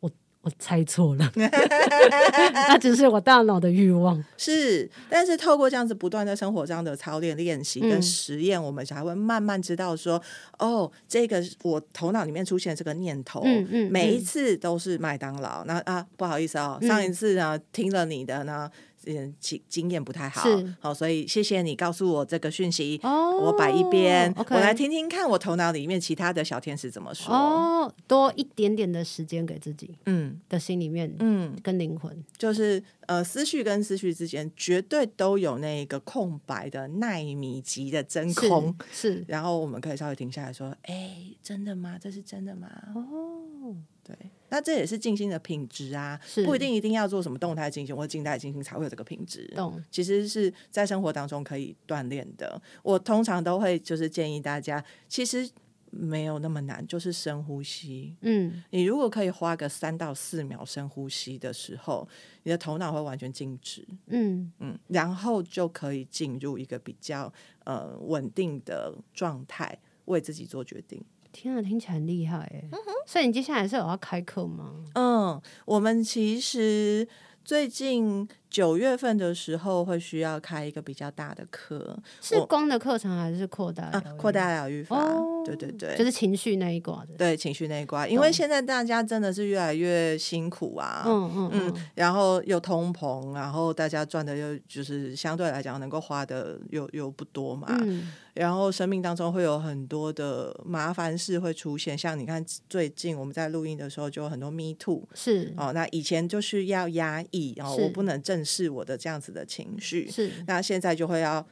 Speaker 1: 我我猜错了， 那只是我大脑的欲望。
Speaker 2: 是，但是透过这样子不断的生活这样的操练、练习
Speaker 1: 嗯
Speaker 2: 跟实验，我们才会慢慢知道说，哦，这个是我头脑里面出现这个念头，
Speaker 1: 嗯嗯
Speaker 2: 每一
Speaker 1: 嗯
Speaker 2: 次都是麦当劳。那啊，不好意思哦，
Speaker 1: 嗯
Speaker 2: 上一次呢听了你的呢，嗯，经经验不太好
Speaker 1: 是，
Speaker 2: 好、所以谢谢你告诉我这个讯息。
Speaker 1: 哦，
Speaker 2: 我摆一边
Speaker 1: o k
Speaker 2: 我来听听看我头脑里面其他的小天使怎么说。
Speaker 1: 哦，多一点点的时间给自己
Speaker 2: 嗯
Speaker 1: 的心里面
Speaker 2: 嗯，
Speaker 1: 跟灵魂。
Speaker 2: 就是呃，思绪跟思绪之间绝对都有那个空白的纳米级的真
Speaker 1: 是
Speaker 2: 空，
Speaker 1: 是
Speaker 2: 然后我们可以稍微停下来说：“哎、真的吗？这是真的吗？”
Speaker 1: 哦，
Speaker 2: 对，那这也是静心的品质啊，
Speaker 1: 是
Speaker 2: 不一定一定要做什么动态静心或静态静心才会有这个品质。
Speaker 1: 懂
Speaker 2: 其实是在生活当中可以锻炼的。我通常都会就是建议大家，其实没有那么难，就是深呼吸。
Speaker 1: 嗯
Speaker 2: 你如果可以花个三到四秒深呼吸的时候，你的头脑会完全静止，
Speaker 1: 嗯
Speaker 2: 嗯，然后就可以进入一个比较呃稳定的状态，为自己做决定。
Speaker 1: 天啊，听起来很厉害哎、所以你接下来是有要开课吗？
Speaker 2: 嗯，我们其实最近九月份的时候会需要开一个比较大的课
Speaker 1: 是
Speaker 2: 我
Speaker 1: 光的课程还是扩大
Speaker 2: 啊
Speaker 1: 疗，愈
Speaker 2: 扩大疗愈法，
Speaker 1: 哦
Speaker 2: 对对对，
Speaker 1: 就是情绪那一挂的。
Speaker 2: 对情绪那一块，因为现在大家真的是越来越辛苦啊，
Speaker 1: 嗯嗯
Speaker 2: 嗯
Speaker 1: 嗯，
Speaker 2: 然后又通膨，然后大家赚的又就是相对来讲能够花的又又不多嘛，
Speaker 1: 嗯，
Speaker 2: 然后生命当中会有很多的麻烦事会出现，像你看最近我们在录音的时候就有很多 me too。
Speaker 1: 是
Speaker 2: 哦，那以前就是要压抑哦，
Speaker 1: 嗯是
Speaker 2: 我不能正视我的这样子的情绪，
Speaker 1: 是，
Speaker 2: 那现在就会要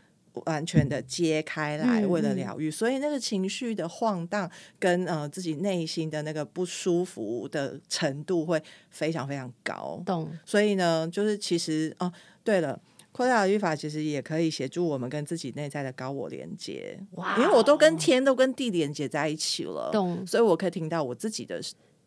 Speaker 2: 完全的揭开来，
Speaker 1: 嗯
Speaker 2: 为了
Speaker 1: 嗯
Speaker 2: 疗愈，所以那个情绪的晃荡跟呃自己内心的那个不舒服的程度会非常非常高。
Speaker 1: 懂
Speaker 2: 所以呢，就是其实哦，对了。扩大疗愈法其实也可以协助我们跟自己内在的高我连接，
Speaker 1: 哇哦
Speaker 2: 因为我都跟天都跟地连接在一起了，
Speaker 1: 啊懂。
Speaker 2: 所以我可以听到我自己的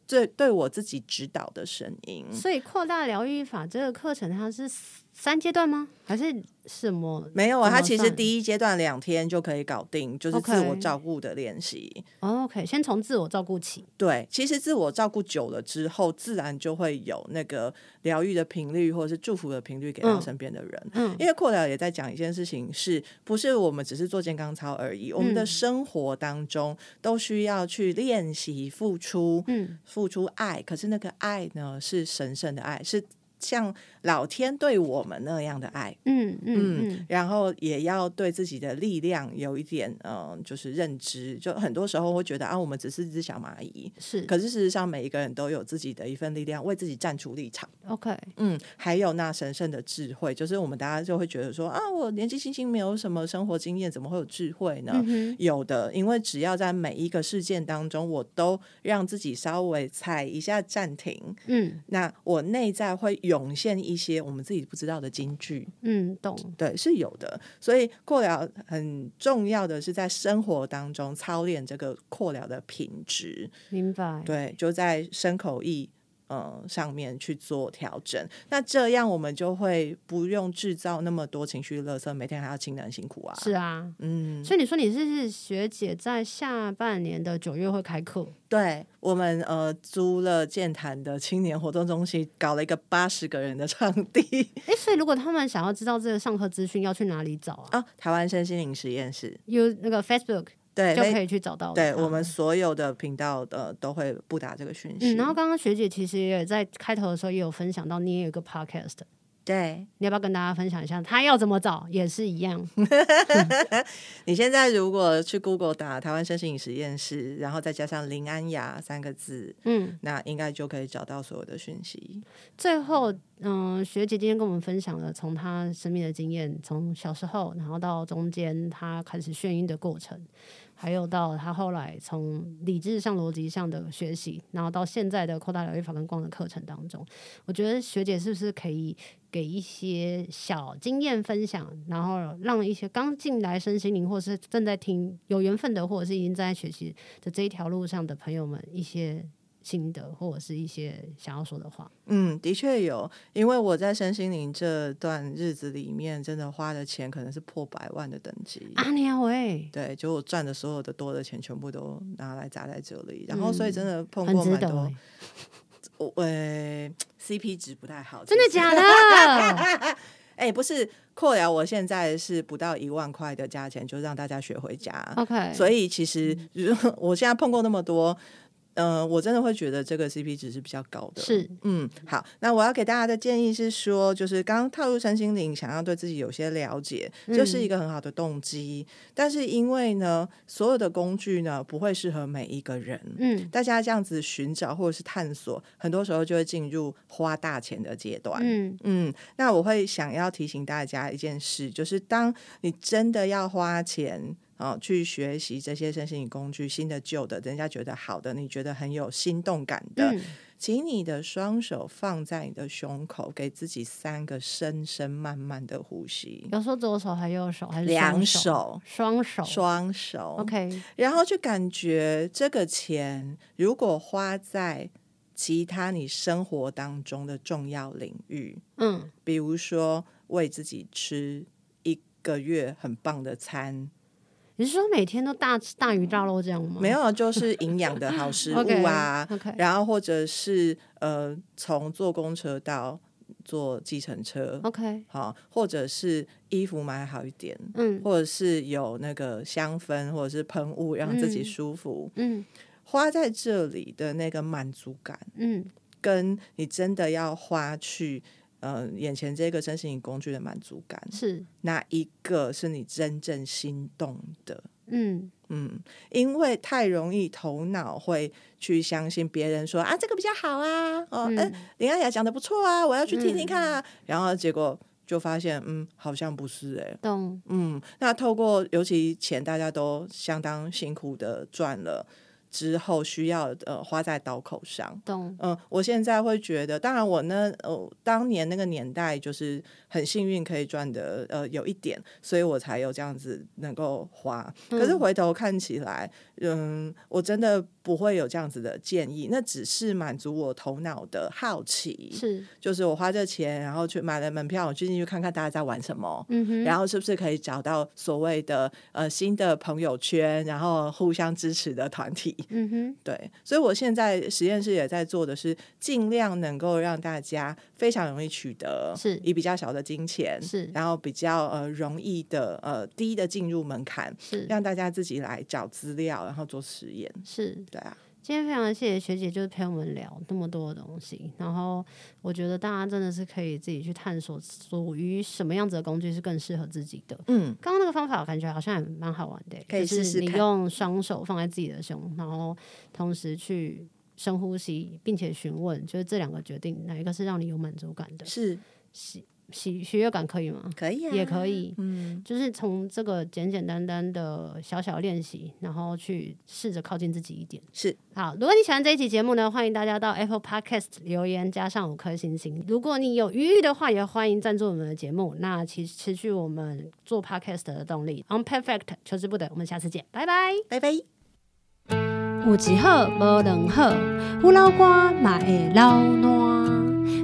Speaker 2: 最对我自己指导的声音。
Speaker 1: 所以扩大疗愈法这个课程它是三阶段吗？还是什么？
Speaker 2: 没有啊，
Speaker 1: 怎
Speaker 2: 它
Speaker 1: 么
Speaker 2: 其实
Speaker 1: 算
Speaker 2: 第一阶段两天就可以搞定，就是自
Speaker 1: OK
Speaker 2: 我照顾的练习。
Speaker 1: 哦 OK，先从自我照顾起。
Speaker 2: 对，其实自我照顾久了之后，自然就会有那个疗愈的频率，或者是祝福的频率给到
Speaker 1: 嗯
Speaker 2: 身边的人。
Speaker 1: 嗯
Speaker 2: 因为扩疗也在讲一件事情是，不是我们只是做健康操而已？我们的
Speaker 1: 嗯
Speaker 2: 生活当中都需要去练习付出，
Speaker 1: 嗯，
Speaker 2: 付出爱。可是那个爱呢，是神圣的爱，是像老天对我们那样的爱。
Speaker 1: 嗯嗯
Speaker 2: 嗯
Speaker 1: 嗯，，
Speaker 2: 然后也要对自己的力量有一点，嗯、就是认知。就很多时候会觉得啊，我们只是一只小蚂蚁，
Speaker 1: 是
Speaker 2: 可是事实上，每一个人都有自己的一份力量，为自己站出立场。
Speaker 1: OK，
Speaker 2: 嗯，还有那神圣的智慧，就是我们大家就会觉得说啊，我年纪轻轻没有什么生活经验，怎么会有智慧呢？
Speaker 1: 嗯哼，
Speaker 2: 有的，因为只要在每一个事件当中，我都让自己稍微踩一下暂停，
Speaker 1: 嗯
Speaker 2: 那我内在会涌现一些我们自己不知道的金句。
Speaker 1: 嗯，懂，
Speaker 2: 对，是有的。所以扩疗很重要的是在生活当中操练这个扩疗的品质。
Speaker 1: 明白，
Speaker 2: 对，就在牲口意呃上面去做调整。那这样我们就会不用制造那么多情绪垃圾，每天还要清的很辛苦啊。
Speaker 1: 是，啊。
Speaker 2: 嗯，
Speaker 1: 所以你说你是学姐，在下半年的九月会开课，
Speaker 2: 对，我们呃租了健谈的青年活动中心，搞了一个八十个人的场地
Speaker 1: 诶，所以如果他们想要知道这个上课资讯，要去哪里找啊？
Speaker 2: 哦啊，台湾身心灵实验室。
Speaker 1: 有那个 Facebook，
Speaker 2: 对
Speaker 1: 就
Speaker 2: 类
Speaker 1: 可以去找到啊
Speaker 2: 对
Speaker 1: 他
Speaker 2: 我们所有的频道呃都会布达这个讯息。
Speaker 1: 嗯，然后刚刚学姐其实也在开头的时候也有分享到，你也有一个 podcast，
Speaker 2: 对
Speaker 1: 你要不要跟大家分享一下？他要怎么找也是一样，
Speaker 2: 你现在如果去 Google 打台湾身心饮食验室，然后再加上林安雅三个字，
Speaker 1: 嗯。
Speaker 2: 那应该就可以找到所有的讯息。
Speaker 1: 最后，嗯、学姐今天跟我们分享了从她生命的经验，从小时候，然后到中间她开始眩晕的过程，还有到她后来从理智上、逻辑上的学习，然后到现在的扩大疗愈法跟光的课程当中，我觉得学姐是不是可以给一些小经验分享，然后让一些刚进来身心灵或是正在听有缘分的，或者是已经在学习的这一条路上的朋友们一些心得，或者是一些想要说的话。
Speaker 2: 嗯，的确有，因为我在身心灵这段日子里面，真的花的钱可能是破百万的等级。
Speaker 1: 阿娘啊喂，
Speaker 2: 对，就我赚的所有的多的钱，全部都拿来砸在这里，然后所以
Speaker 1: 嗯
Speaker 2: 真的碰
Speaker 1: 很
Speaker 2: 过
Speaker 1: 值
Speaker 2: 蛮
Speaker 1: 得
Speaker 2: 多，
Speaker 1: 欸，
Speaker 2: 我呃 CP 值不太好，
Speaker 1: 真的
Speaker 2: 其实
Speaker 1: 假 的？
Speaker 2: 哎、不是扩疗，我现在是不到一万块的价钱就让大家学回家。
Speaker 1: ？OK，
Speaker 2: 所以其实，
Speaker 1: 嗯
Speaker 2: 如果 我现在碰过那么多，呃，我真的会觉得这个 CP 值是比较高的。
Speaker 1: 是，
Speaker 2: 嗯，好，那我要给大家的建议是说，就是刚刚踏入身心灵，想要对自己有些了解，
Speaker 1: 嗯
Speaker 2: 这是一个很好的动机。但是因为呢，所有的工具呢不会适合每一个人。
Speaker 1: 嗯
Speaker 2: 大家这样子寻找或者是探索，很多时候就会进入花大钱的阶段。
Speaker 1: 嗯
Speaker 2: 嗯，那我会想要提醒大家一件事，就是当你真的要花钱。哦，去学习这些身心灵工具，新的、旧的，人家觉得好的，你觉得很有心动感的，
Speaker 1: 嗯，
Speaker 2: 请你的双手放在你的胸口，给自己三个深深慢慢的呼吸，
Speaker 1: 有说左手还是右手还是
Speaker 2: 两
Speaker 1: 手？
Speaker 2: 手，
Speaker 1: 双手
Speaker 2: 双手
Speaker 1: OK，
Speaker 2: 然后去感觉这个钱如果花在其他你生活当中的重要领域，
Speaker 1: 嗯
Speaker 2: 比如说为自己吃一个月很棒的餐，
Speaker 1: 你是说每天都大吃大鱼大肉这样吗？
Speaker 2: 没有就是营养的好 食
Speaker 1: OK，
Speaker 2: 物啊
Speaker 1: OK
Speaker 2: 然后或者是呃从坐公车到坐计程车，
Speaker 1: ，OK，
Speaker 2: 好、或者是衣服买好一点，
Speaker 1: 嗯
Speaker 2: 或者是有那个香氛或者是喷雾让自己
Speaker 1: 嗯
Speaker 2: 舒服，
Speaker 1: 嗯
Speaker 2: 花在这里的那个满足感。
Speaker 1: 嗯
Speaker 2: 跟你真的要花去呃眼前这个身心灵工具的满足感，
Speaker 1: 是，
Speaker 2: 哪一个是你真正心动的？
Speaker 1: 嗯
Speaker 2: 嗯，因为太容易头脑会去相信别人说啊，这个比较好啊，哦，嗯、
Speaker 1: 嗯
Speaker 2: 林安雅讲的不错啊，我要去听听看啊，然后结果就发现，嗯，好像不是哎、
Speaker 1: 懂，
Speaker 2: 嗯，那透过尤其钱大家都相当辛苦的赚了之后，需要呃花在刀口上，
Speaker 1: 懂，
Speaker 2: 嗯，我现在会觉得，当然我呢，呃，当年那个年代就是很幸运可以赚的，呃，有一点，所以我才有这样子能够花。可是
Speaker 1: 嗯
Speaker 2: 回头看起来，嗯，我真的不会有这样子的建议，那只是满足我头脑的好奇，
Speaker 1: 是，
Speaker 2: 就是我花这钱，然后去买了门票，我去进去看看大家在玩什么。
Speaker 1: 嗯哼，
Speaker 2: 然后是不是可以找到所谓的呃新的朋友圈，然后互相支持的团体？
Speaker 1: 嗯哼，
Speaker 2: 对，所以我现在实验室也在做的是，尽量能够让大家非常容易取得，
Speaker 1: 是
Speaker 2: 以比较小的金钱，
Speaker 1: 是
Speaker 2: 然后比较呃容易的呃低的进入门槛，
Speaker 1: 是
Speaker 2: 让大家自己来找资料，然后做实验。
Speaker 1: 是。
Speaker 2: 对啊，
Speaker 1: 今天非常谢谢学姐，就是陪我们聊那么多的东西。然后我觉得大家真的是可以自己去探索，属于什么样子的工具是更适合自己的。
Speaker 2: 嗯，
Speaker 1: 刚刚那个方法感觉好像也蛮好玩的欸、
Speaker 2: 可以
Speaker 1: 就是
Speaker 2: 试试
Speaker 1: 你
Speaker 2: 看
Speaker 1: 用双手放在自己的胸，然后同时去深呼吸，并且询问，就是这两个决定哪一个是让你有满足感的，
Speaker 2: 是
Speaker 1: 喜喜悦感可以吗？
Speaker 2: 可以啊，
Speaker 1: 也可以，
Speaker 2: 嗯，
Speaker 1: 就是从这个简简单单的小小练习，然后去试着靠近自己一点。
Speaker 2: 是
Speaker 1: 好，如果你喜欢这一期节目呢，欢迎大家到 Apple Podcast 留言加上五颗星星。如果你有余裕的话，也欢迎赞助我们的节目，那其实持续我们做 Podcast 的动力。On Perfect，求之不得，我们下次见，拜拜。
Speaker 2: 拜拜。
Speaker 1: 有一好无两好，胡老瓜嘛会老烂。